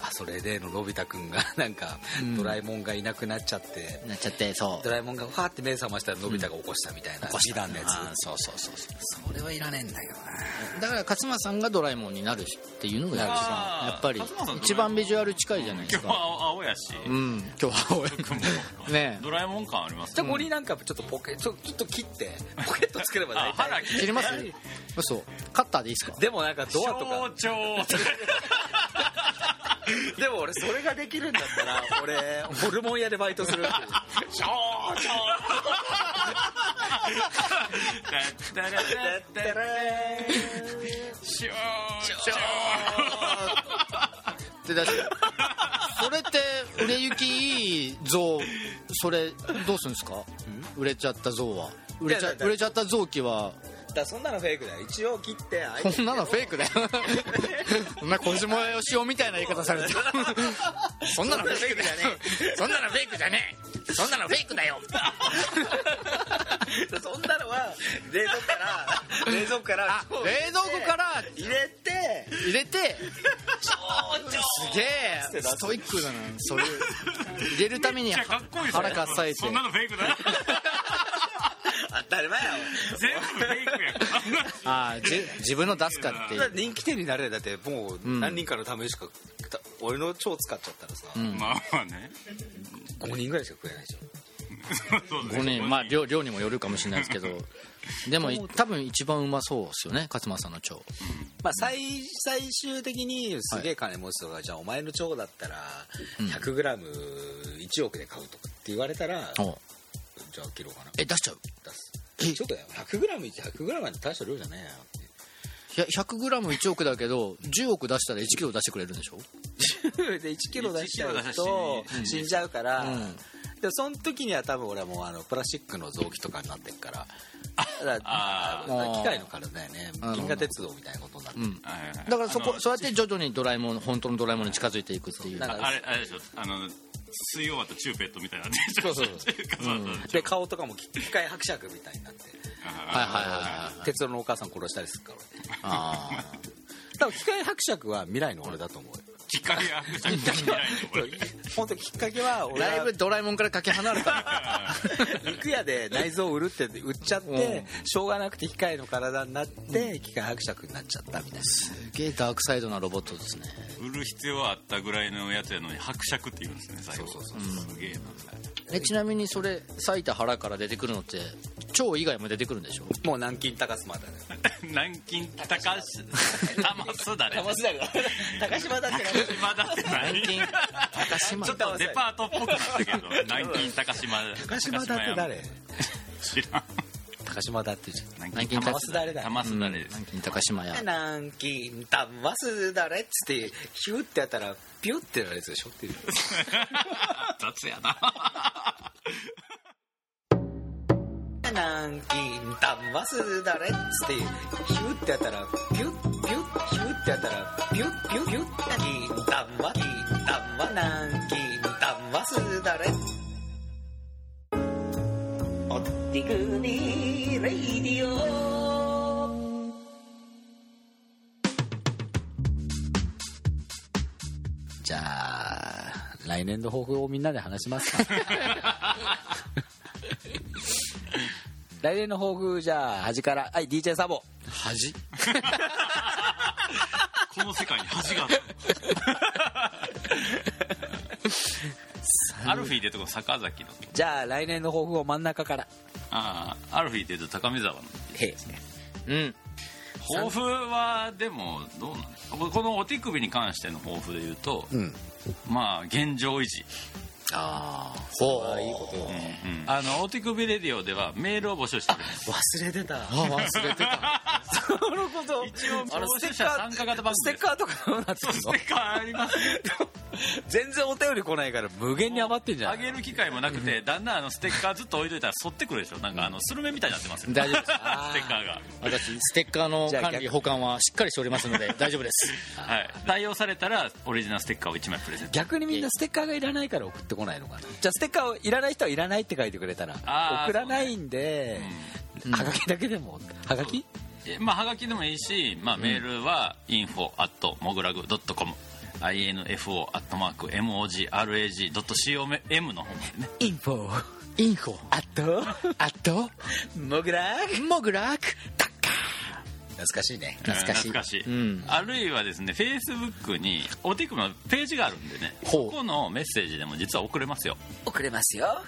I: あそれでののび太くんがなんか
F: うん
I: ドラえもんがいなくなっちゃって
F: なっちゃってそ
I: ドラえもんがファーって目覚ましたらのび太が起こしたみたいな美談のやつそうそうそうそうそれはいらねえんだけど
F: う
I: な
F: だから勝間さんがドラえもんになるっていうのが一
D: あ
F: 番
D: ー
F: やっぱり
D: 勝間さんドラえもん
F: 一番ビジュアル近いじゃないで
D: 今日
F: す
D: は
F: か
D: 青青やし
F: うん今日は青い <laughs> ねえ
D: ドラえもん感あります
I: じゃあ
D: ね
I: ここになんかちょっとポケちょちょっと切ってポケット作れば
D: あ
I: 大体
D: 腹切
F: 切ります嘘カッターでいいですか
I: でもなんかドアとか
D: 象徴
I: でも俺それができるんだったら俺ホルモン屋でバイトする
D: 象徴だったらだったら象徴
F: でだし
D: <laughs>
F: それって売れ行きいい像それどうするんですか売れちゃった像は売れち
I: いや
F: ゃ
I: だから
F: 売れちゃった臓器は
I: だからそんなのフェイクだよ一応切ってあい
F: こんなのフェイクだよお前小島よしおみたいな言い方されてるそんなのフェイクだよねそんなのフェイクじゃねえそんなのフェイク
D: <laughs>
F: だよ
I: そんなのは冷蔵庫から冷蔵庫から
F: 冷蔵庫から
I: 入れて
F: 入れてすげえストイックだなそれ入れるために
D: <laughs> めっちゃかっこいいですね
F: 腹かっさえて
D: そんなのフェイクだな
I: 当たり前や
D: 全部フェイクや
F: ああじ自分の出すかっていう
I: 人気店になれだってもう何人かのためしか、た俺の腸使っちゃったらさ、
F: ん
D: まあまあね
I: 5人ぐらいしか食えないじゃ
D: そうです
F: 5
D: ね
F: 人まあ量量にもよるかもしれないですけどでも多分一番うまそうですよね勝間さんの腸
I: ん、まあ、最最終的にすげえ金持ちとか、じゃあお前の腸だったら 100g1 億で買うとか言われたら
F: おう
I: じゃあ切ろうかな
F: え出しちゃう
I: 出す
F: え
I: ちょっとや 100g いって 100g って大した量じゃねえよ
F: ひゃ 100g1 億だけど10億出したら1キロ出してくれるんでしょ
I: で1キロ出しちゃうと死んじゃうから、
F: うん
I: でその時には多分俺はもうあのプラスチックの臓器とかになってるからだ
D: あ
I: から機械の体だよね
F: なるほど
I: 銀河鉄道みたいなことになってる、
F: うん
D: はいはいはい
F: だからそ
D: あ
F: こ
D: の
F: そうやって徐々にドラえもん本当のドラえもんに近づいていくっていう
I: だか
D: ああれあれでしょあの水曜はとチューペットみたいなね
F: そうそうそう
I: で顔とかも機械伯爵みたいになって
F: はいはいはいはい
I: 鉄郎のお母さん殺したりするからね
F: あ
I: 多分機械伯爵は未来の俺だと思うよ
D: きっかけが悪者みたいなこれ
I: <laughs> 本当きっかけ
F: ー
I: は俺
F: だい
I: は
F: ぶドラえもんからかけ離れ <laughs> た
I: 肉屋で内臓を売るって売っちゃって、
F: うん
I: しょうがなくて機械の体になって機械伯爵になっちゃったみたいな
F: すげえダークサイドなロボットですね
D: 売る必要はあったぐらいのやつやのに伯爵って言うんですね最後そうそうそうすげえな <laughs>
F: えちなみにそれ裂いた腹から出てくるのって腸以外も出てくるんでしょ
I: もう南京高島だね
D: 南京高
F: <laughs>
D: 島玉須だね
I: 高 <laughs> 島だ高島だってなんだ
D: 島だって南
F: 南京高島
D: ちょっとデパートっぽくなったけど南京高島
I: 高島だって誰
D: 知らん
I: 高島だって言っちゃった
D: 南
F: 京
D: 玉
F: 玉
I: 須だれだ
D: 玉須だれです
F: 南京高島屋
I: 南京たますだれっつってヒュってやったらピュってなるやつでしょっていう
D: 雑やな
I: 南京たますだれっつってヒュってやったらピュッピュッヒュってやったらピュッピュッピュッ金たま金たま南京たますだれ
C: おってくにレイディオ
I: じゃあ来年の抱負をみんなで話します
F: <laughs>
I: か来年の抱負じゃあ端からはい DJ サボ
F: 恥
D: この世界に恥があ <laughs> ったアルフィーでいうとこ坂崎の
I: じゃあ来年の抱負を真ん中から
D: ああアルフィーでいうと高見沢の
I: へえ
F: うん
D: 抱負はでもどうなんですかこのお手首に関しての抱負で言うと、まあ現状維持、
I: ああ
F: ほう
D: あのお手首レディオではメールを募集しております
I: 忘れてた
F: あ
I: <laughs>
F: 忘れてた
I: そのこと
D: 一応
I: あの
D: 募
I: ステ
D: 集者
I: ッカ
D: 参
I: ー
D: 加型番
I: ス
D: 組
I: テッカーとかどうなってん
D: そうステッカーありますね
I: の全然お便り来ないから無限に余ってんじゃ
D: あ
I: ん
D: げる機会もなくてだんだんあのステッカーずっと置いといたら反ってくるでしょなんかあのスルメみたいになってますよ
F: 大丈夫です
D: ステッカーが
F: 私ステッカーの
I: じゃあ
F: 管
I: 逆
F: 理保管はしっかりしておりますの
I: <laughs>
F: で大丈夫です
D: はい採用されたらオリジナルステッカーを1枚プレゼント
I: 逆にみんなステッカーがいらないから送ってこないのかなじゃあステッカーをいらない人はいらないって書いてくれたら
D: あー
I: 送らないんで、はがきだけでもはがき
D: えまあはがきでもいいし、まあ、メールは info at mograg.com info at mark mograg.com の方までね
I: インフォ
F: インフォ
I: あと
F: あと
I: モグラー
F: モグラーク
I: 懐かしいね
F: 懐かしい
D: 懐かしい、
F: うん
D: あるいはですねフェイスブックにおてくのページがあるんでね
F: ほ
D: こ
F: う
D: このメッセージでも実は送れますよ
I: 遅れますよ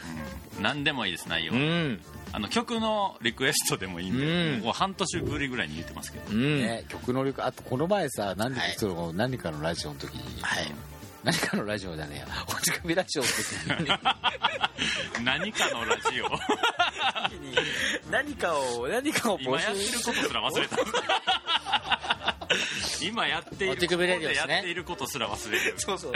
D: 何でもいいです内容、
F: うん
D: あの曲のリクエストでもいいんで、
F: うん
D: もう半年ぶりぐらいに言ってますけど
F: うん、
I: ね、曲能力あとこの前さ何でその何かのラジオの時に、
F: はい
I: 何かのラジオじゃねえ <laughs> やおち首ラジオの時に
D: 何かのラジオ
I: <laughs> 何かを何かを
D: 今やってることすら忘れた今やってい
F: お手
D: る
F: 首レディオですね
D: やっていることすら忘れてる
I: そうそう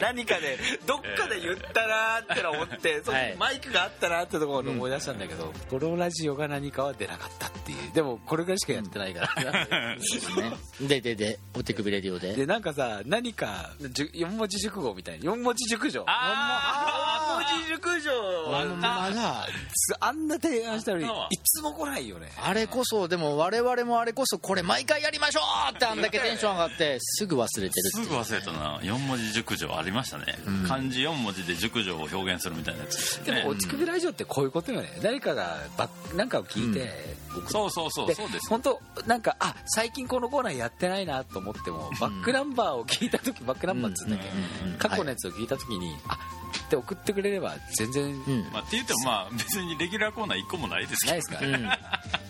I: 何かでどっかで言ったなーってのは思って、そう
F: はい
I: マイクがあったなーってところで思い出したんだけど、このラジオが何かは出なかったっていうでもこれぐらいしかやってな
F: <laughs>
I: いから、
F: ね、でででお手首レディオで
I: でなんかさ何かじゅ四文字熟語みたいな四文字熟女
D: あー
I: 四文字熟女
F: あのまだ
I: すあんな提案したのにい
D: あったわ
I: つも来ないよね
F: あれこそでも我々もあれこそこれ毎回やりましょうってあんだけテンション上がってすぐ忘れてる
D: すぐ忘れたな4文字熟女ありましたね、漢字4文字で熟女を表現するみたいなやつですよ
I: で
D: ね
I: も「おち首ラジオ」ってこういうことよね誰かがばなんかを聞いて、
D: そうそうそうそうです
I: 本当なんかあ最近このコーナーやってないなと思ってもバックナンバーを聞いた時バックナンバーっつうんだっけ、
F: うんうんうんうん
I: 過去のやつを聞いた時に、あって送ってくれれば全然
F: うん
D: まあ、って言ってもまあ別にレギュラーコーナー1個もないです
I: ない
D: け
I: ですから、
F: うん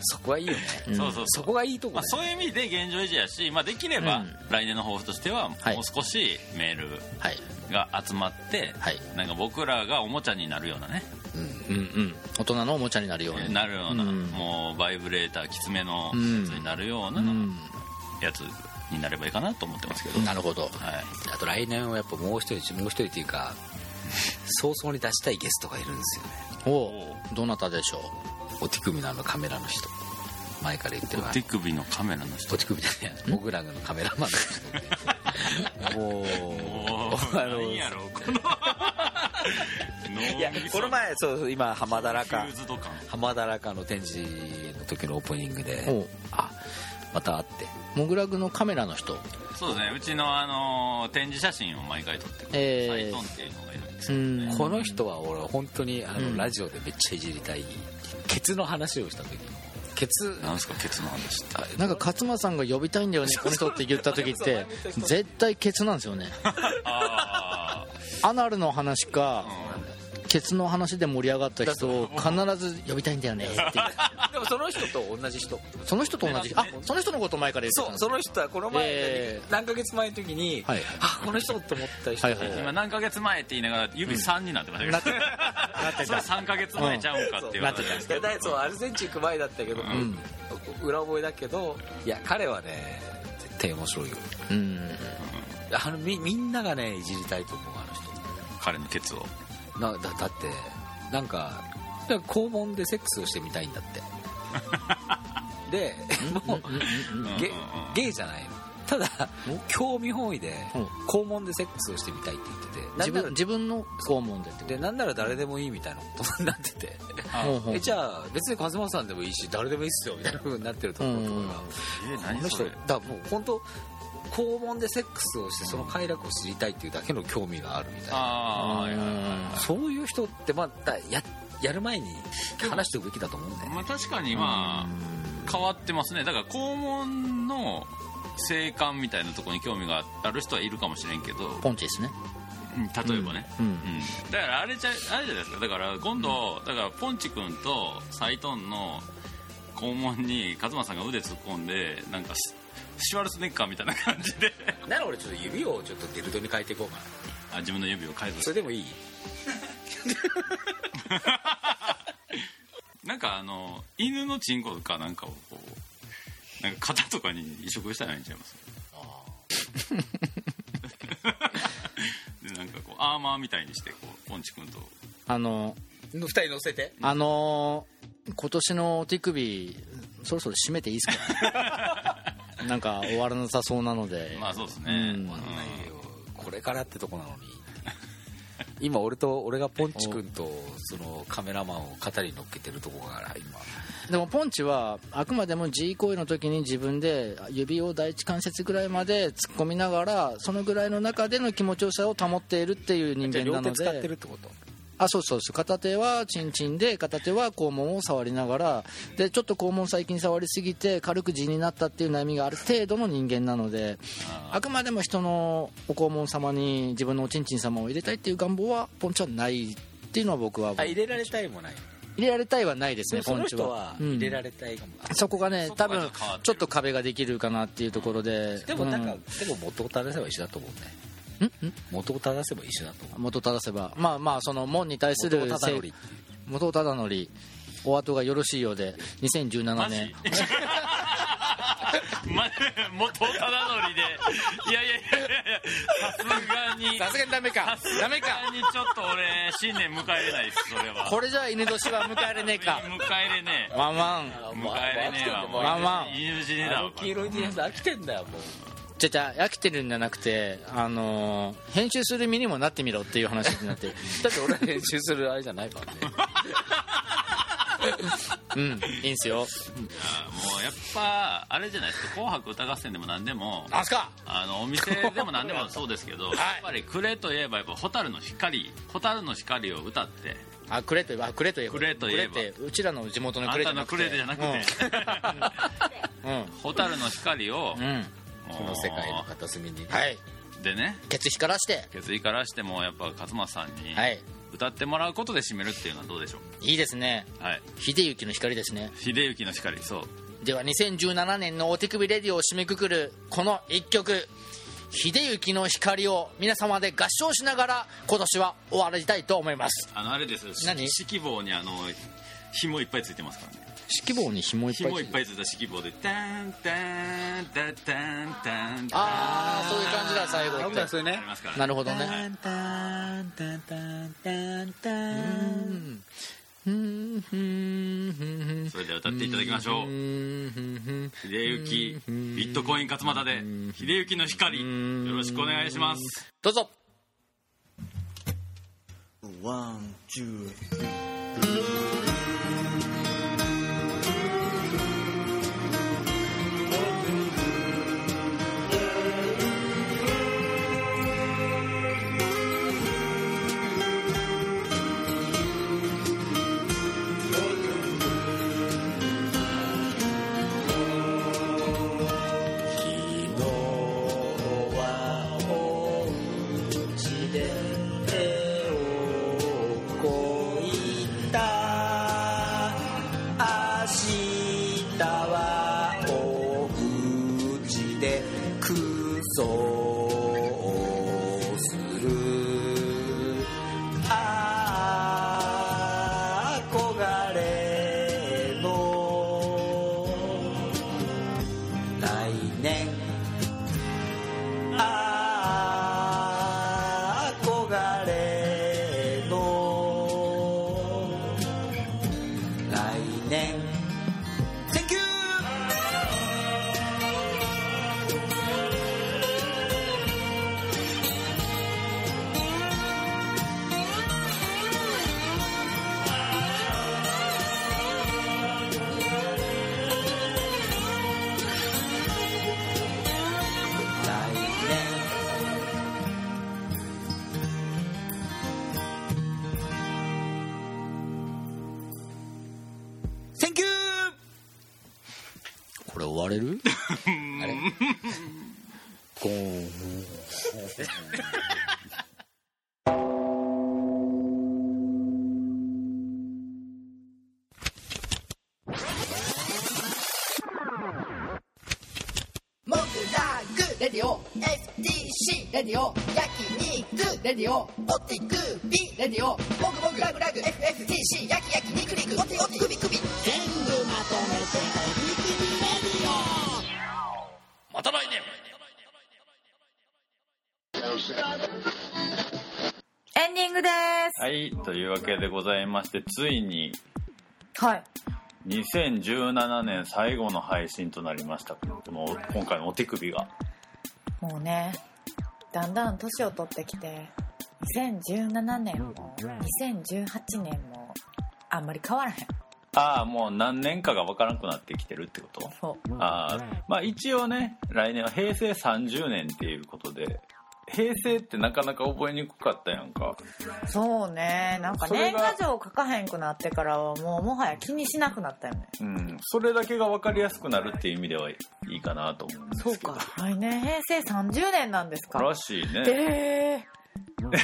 I: そこはいいよね、
F: ん
D: ど、そうそうそ
I: そうこがいいとこ
D: ま
I: だ
D: あ、
I: よ、
D: そういう意味で現状維持やし、まあ、できれば、
F: うん
D: 来年の抱負としてはもう
F: はい
D: 少しメール
F: はい
D: が集まって、
F: はい
D: なんか僕らがおもちゃになるようなね、
F: うんうん大人のおもちゃになるように
D: なるような、
F: うん
D: もうバイブレーターきつめのやつになるような
F: うん
D: やつになればいいかなと思ってますけど、
F: なるほど
D: はい、
I: あと来年はやっぱもう一人もう一人っていうか早々に出したいゲストがいるんですよね
F: おおうどなたでしょ
I: お手首のあのカメラの人前から言ってるわ
D: 手首のカメラの人
I: お手首じゃねえモグラグのカメラマン
D: <laughs>
I: の人もう
D: おー
I: <laughs> あ
D: <laughs>
I: の
D: 何やろこの
I: いやこの前そうそう今浜田らか
D: フューズド感
I: 浜田らかの展示の時のオープニング
F: うお
I: で
F: う
I: あまた会って
F: モグラグのカメラの人
D: そうですねうちの、あのー展示写真を毎回撮ってく
F: え
D: れ
F: ー
D: るサイトンっていうのがいるんです
F: う
D: けどね、
F: ん
I: この人は俺本当にあの、
F: うん
I: ラジオでめっちゃいじりたいケツの話をした時ケツ
D: なんすかケツの話って
I: あ
F: なんか勝間さんが呼びたいんだよねこの人って言った時って絶対ケツなんですよね
D: あ
F: アナルの話かケツの話で盛り上がった人を必ず呼びたいんだよねって言って
I: でもその人と同じ人
F: その人と同
I: <laughs>
F: じあその人のこと前から言ってたん
I: そう
F: です
I: その人はこの前、
F: えー
I: 何ヶ月前の時に、
F: はいはい
I: あこの人と思った人、
F: はいはい
D: ー <laughs> 今何ヶ月前って言いながら指3になってましたけど、 <laughs> それ3ヶ月前ちゃうんかって言われて
I: いやだいそうアルゼンチン行く前だったけど、
F: ん
I: 裏覚えだけどいや彼はね絶対面白いよ
F: うん
I: あのみみんながねいじりたいと思うあの人
D: 彼のケツを
I: なだだってなんかなんか肛門でセックスをしてみたいんだ <laughs> ってでもうゲゲイじゃないのただ興味本位で
F: うん
I: 肛門でセックスをしてみたいって言ってて
F: 自
I: なんな
F: 分
I: ら
F: 自分の肛門でって
I: でなんなら誰でもいいみたいなこと <laughs> になってて
F: ほうほう
I: えじゃあ別に和正さんでもいいし誰でもいいっすよみたいな風になってると思うところが
D: えー
I: こ
D: 何
I: の
D: そ
I: 人
D: れ
I: だからもう本当肛門でセックスをしてその快楽を知りたいっていうだけの興味があるみたいな
D: ああはいはいはい
I: そういう人ってまあだややる前に話しておくべきだと思うんだよね
D: まあ、確かにまあ変わってますねだから肛門の性感みたいなところに興味がある人はいるかもしれんけど
F: ポンチですね
D: うん例えばね、
F: うん
D: うんだからあれちゃあれじゃないですかだから今度、だからポンチ君とサイトンの肛門にカズマさんが腕突っ込んでなんかシシュワルツェネッカーみたいな感じで
I: なら俺ちょっと指をちょっとゲルドに変えていこうかな
D: あ自分の指を解除
I: そ
D: し
I: れ
D: て
I: でもいい
D: なんかあの犬のチンコかなんかをこうなんか肩とかに移植したらいいんちゃいますああでなんかこうアーマーみたいにしてこうポンチ君と
F: あの
I: 二人乗せて
F: あのー今年の手首そろそろ締めていいです
I: <laughs>
F: かなんか終わらなさそうなので、
D: まあそうですね、
F: うん
D: うん
I: ないよこれからってとこなのに <laughs> 今俺と俺がポンチ君とそのカメラマンを肩に乗っけてるとこから今
F: でもポンチはあくまでも自慰行為の時に自分で指を第一関節ぐらいまで突っ込みながらそのぐらいの中での気持ちよさを保っているっていう人
I: じゃあ
F: 間
I: 両
F: な
I: 手
F: の
I: 使っ
F: で
I: てるってこと
F: あそうそうそう片手はチンチンで片手は肛門を触りながらでちょっと肛門最近触りすぎて軽く痔になったっていう悩みがある程度の人間なのであくまでも人のお肛門様に自分のおちんちん様を入れたいっていう願望はポンチはないっていうのは僕は
I: あ入れられたいもない
F: 入れられたいはないですね
I: そ
F: ポン
I: の
F: チ
I: 人は
F: はうん
I: 入れられたいかも、
F: そこがね
D: そこ
F: 多
D: が変わっ
F: 分
D: てる
F: ちょっと壁ができるかなっていうところで
I: でもなんか、
F: うん
I: でも元を正せば一緒だと思うね
F: んん
I: 元を正せば一緒だと思う
F: 元を正せばまあまあその門に対す
I: 元
F: る
I: を正則
F: せ元を忠則お後がよろしいようで2017
D: マジ
F: 年
D: <laughs> ま元忠則でいやいやいやいやいやさすがに
E: さすがにダメか
D: さ
E: ダメか
D: すがにちょっと俺新年迎えれないですそれは
F: これじゃ犬年は迎えれねえか
D: 迎えれねえ
F: ワンワン
D: 迎えれねえわもう
F: ワンワン
D: 犬死にだわ
I: 黄色い DS 飽きてんだよもう
F: じゃじゃ飽きてるんじゃなくてあのー編集する身にもなってみろっていう話に
D: <laughs>
F: なってる
I: だって俺編集するあれじゃないからね
F: うんいいんすよ
D: もうやっぱあれじゃないですか「紅白歌合戦」でも何でも
F: あすか
D: あのお店でも何でもそうですけど、やっぱり「くれ」といえばやっぱ蛍の光蛍の光を歌って
F: あクレといえばあクレといえば
D: クレといえば
F: クレってうちらの地元の
D: あ
F: ク
D: ん
F: レじ
D: た
F: ゃな
D: の「く
F: くて
D: れ」じゃなくて
F: うん
D: 蛍の光を
F: うん、うん
D: もう
I: この世界の片隅に
F: はい
D: でね
F: 血光らして
D: 決意からしてもやっぱ勝間さんに
F: はい
D: 歌ってもらうことで締めるっていうのはどうでしょ
F: いいですね
D: うはい
F: 秀幸の光ですね
D: 秀幸の光そう
F: では2017年のお手首レディを締めくくるこの一曲「秀幸の光」を皆様で合唱しながら今年は終わりたいと思います
D: あのあれですよ
F: 何
D: 指揮棒にあの紐いっぱいついてますからね
F: 指揮棒に紐い
D: 紐いっぱいついた指揮棒で「タンタンタタンタン」
F: ああそういう感じだ最後って
E: それ
D: あり
E: ね
D: ますから
F: なるほど
D: は
F: ね
D: い
F: うんうんうんうん
D: それでは歌っていただきましょ
F: う
D: うん秀幸ビットコイン勝俣で秀幸の光よろしくお願いします
F: どうぞ
J: 昨日はおうちで手をこいた明日はおうちで空想をするああ憧れの来年ああ憧れの来年 Thank you! 来年
F: これ終われ
J: <laughs>
F: るあれゴーン
A: モグラグレディオ FTC レディオ焼肉レディオおてくびレディオモグモグラグラグ FFTC 焼き焼き肉肉おておてくびくび全部まとめて
D: また来年
G: エンディングで
D: はいというわけでございましてついに
G: す。はい。
D: 2017年最後の配信となりましたこの今回のお手首が
G: もうね、だんだん年を取ってきて、2017年も2018年もあんまり変わらへん。
D: ああもう何年かが分からなくなってきてるってこと
G: そう。
D: あーまあ一応ね来年は平成30年っていうことで平成ってなかなか覚えにくかったやんか
G: そうね、なんか
D: それ
G: 年
D: が
G: 賀状書かへんくなってからはもうもはや気にしなくなったよね。
D: うんそれだけが分かりやすくなるっていう意味ではいいかなと思うんですけ
G: そ
D: ど。
G: うか。来年平成30年なんですから
D: しいね
G: え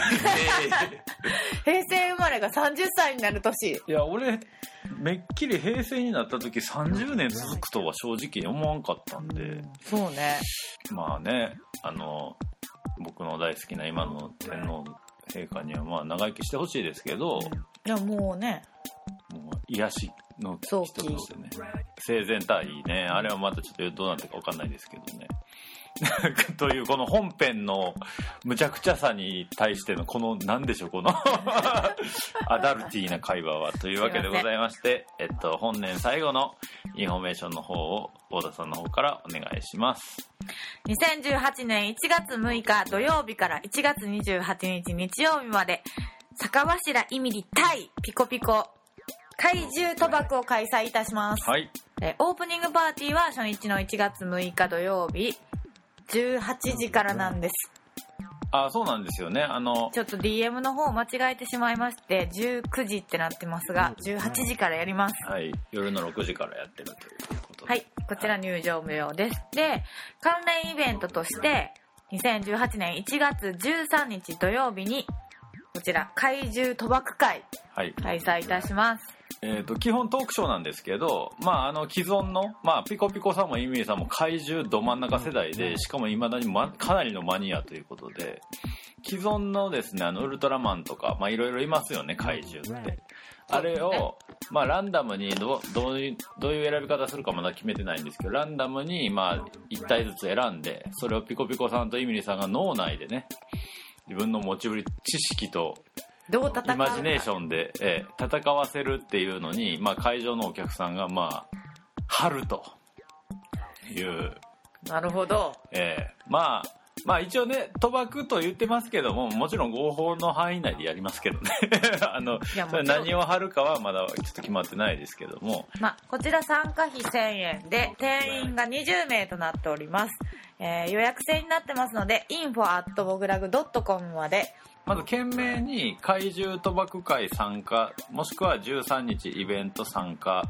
G: ー、平成生まれが30歳になる年。
D: <laughs> いや俺めっきり平成になった時30年続くとは正直思わんかったんで
G: そうね。
D: まあねあの僕の大好きな今の天皇陛下にはまあ長生きしてほしいですけど
G: いやもうね、
D: もう癒しの人としてね生前退位ねあれはまたちょっとどうなってるか分かんないですけどね <laughs> というこの本編のむちゃくちゃさに対してのこの何でしょうこの <laughs> アダルティーな会話はというわけでございましてえっと本年最後のインフォメーションの方を大田さんの方からお願いします
G: 2018年1月6日土曜日から1月28日日曜日まで、坂柱いみり対ピコピコ怪獣賭博を開催いたします。
D: はい
G: えーオープニングパーティーは初日の1月6日土曜日、18時からなんです。
D: あそうなんですよねあの
G: ちょっと DM の方を間違えてしまいまして、19時ってなってますが、18時からやります。
D: はい夜の6時からやってるということで
G: はい、こちら入場無料です。で、関連イベントとして、 2018年1月13日土曜日にこちら怪獣賭博会
B: はい
G: 開催いたします
B: えー、と基本トークショーなんですけど、まあ、あの既存の、まあ、ピコピコさんもイミーさんも怪獣ど真ん中世代でしかもいまだに、ま、かなりのマニアということで既存のですねあのウルトラマンとかまあいろいろいますよね怪獣ってあれを、まあ、ランダムにどどういうどういう選び方するかまだ決めてないんですけどランダムに、まあ、1体ずつ選んでそれをピコピコさんとイミリさんが脳内でね自分の持ちぶり知識と
G: どう戦うか
B: イマジネーションで、ええ戦わせるっていうのに、まあ、会場のお客さんが、まあ、春という、
G: なるほど
B: ええまあ、まあ一応ね、賭博と言ってますけども、もちろん合法の範囲内でやりますけどね。 <laughs> あの、
G: いや
B: それ
G: もちろん
B: 何を張るかはまだちょっと決まってないですけども、
G: まあ、こちら参加費1000円で定員が20名となっております、えー予約制になってますので info.bograg.com まで
B: まず懸命に怪獣賭博会参加、もしくは13日イベント参加、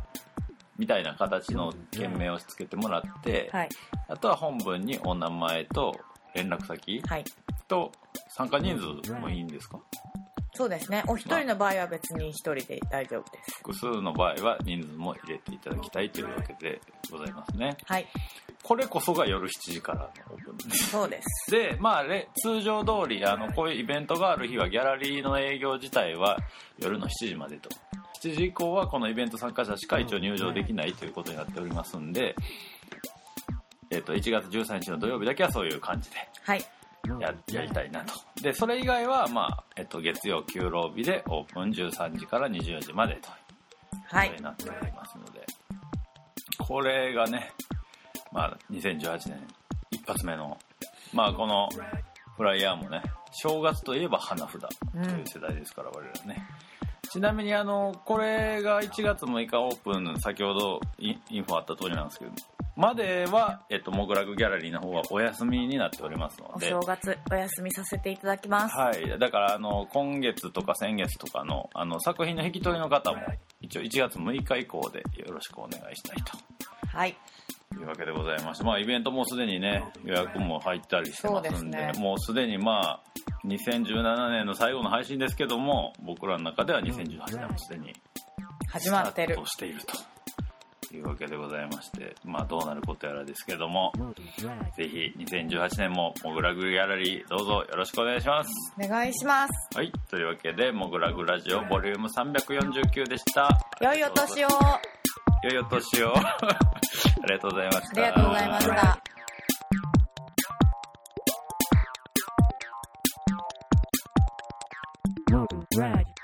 B: みたいな形の件名をつけてもらって、
G: はい
B: あとは本文にお名前と連絡先
G: はい
B: と参加人数もいいんですか
G: そうですねお一人の場合は別に一人で大丈夫です
B: 複数の場合は人数も入れていただきたいというわけでございますね。
G: はい
B: これこそが夜7時からのオープンです。
G: そうです
B: で、まあ、れ通常通り、あの、こういうイベントがある日は、ギャラリーの営業自体は夜の7時までと。7時以降は、このイベント参加者しか一応入場できないということになっておりますんで、えっ、と、1月13日の土曜日だけはそういう感じで
G: はい
B: ややりたいなと。で、それ以外は、まあ、えっ、と、月曜休労日でオープン13時から24時までと
G: は
B: こと
G: い
B: になっておりますので、これがね、まあ、2018年一発目の、まあ、このフライヤーもね、正月といえば花札という世代ですから、我々ね。ちなみに、あの、これが1月6日オープン、先ほどインインフォあった通りなんですけど、までは、えっと、モグラグギャラリーの方はお休みになっておりますの
G: お
B: で、
G: 正月お休みさせていただきます
B: はい、だからあの今月とか先月とかのあの作品の引き取りの方も一応1月6日以降でよろしくお願いしたい
G: はい
B: というわけでございまして、まあ、イベントもすでにね予約も入ったりしてますんで
G: そうですね
B: もうすでにまあ2017年の最後の配信ですけども僕らの中では2018年もすでに
G: 始まって
B: ス
G: る
B: タートしているというわけでございまして、まあ、どうなることやらですけどもぜひ2018年もモグラグギャラリーどうぞよろしくお願いします。
G: お願いします
B: はい、というわけで、もぐらぐラジオボリューム349でした。
G: 良いお年をあ
B: 良いお年を。 <laughs> ありがとうございました。
G: りがとうございました
A: モグラジ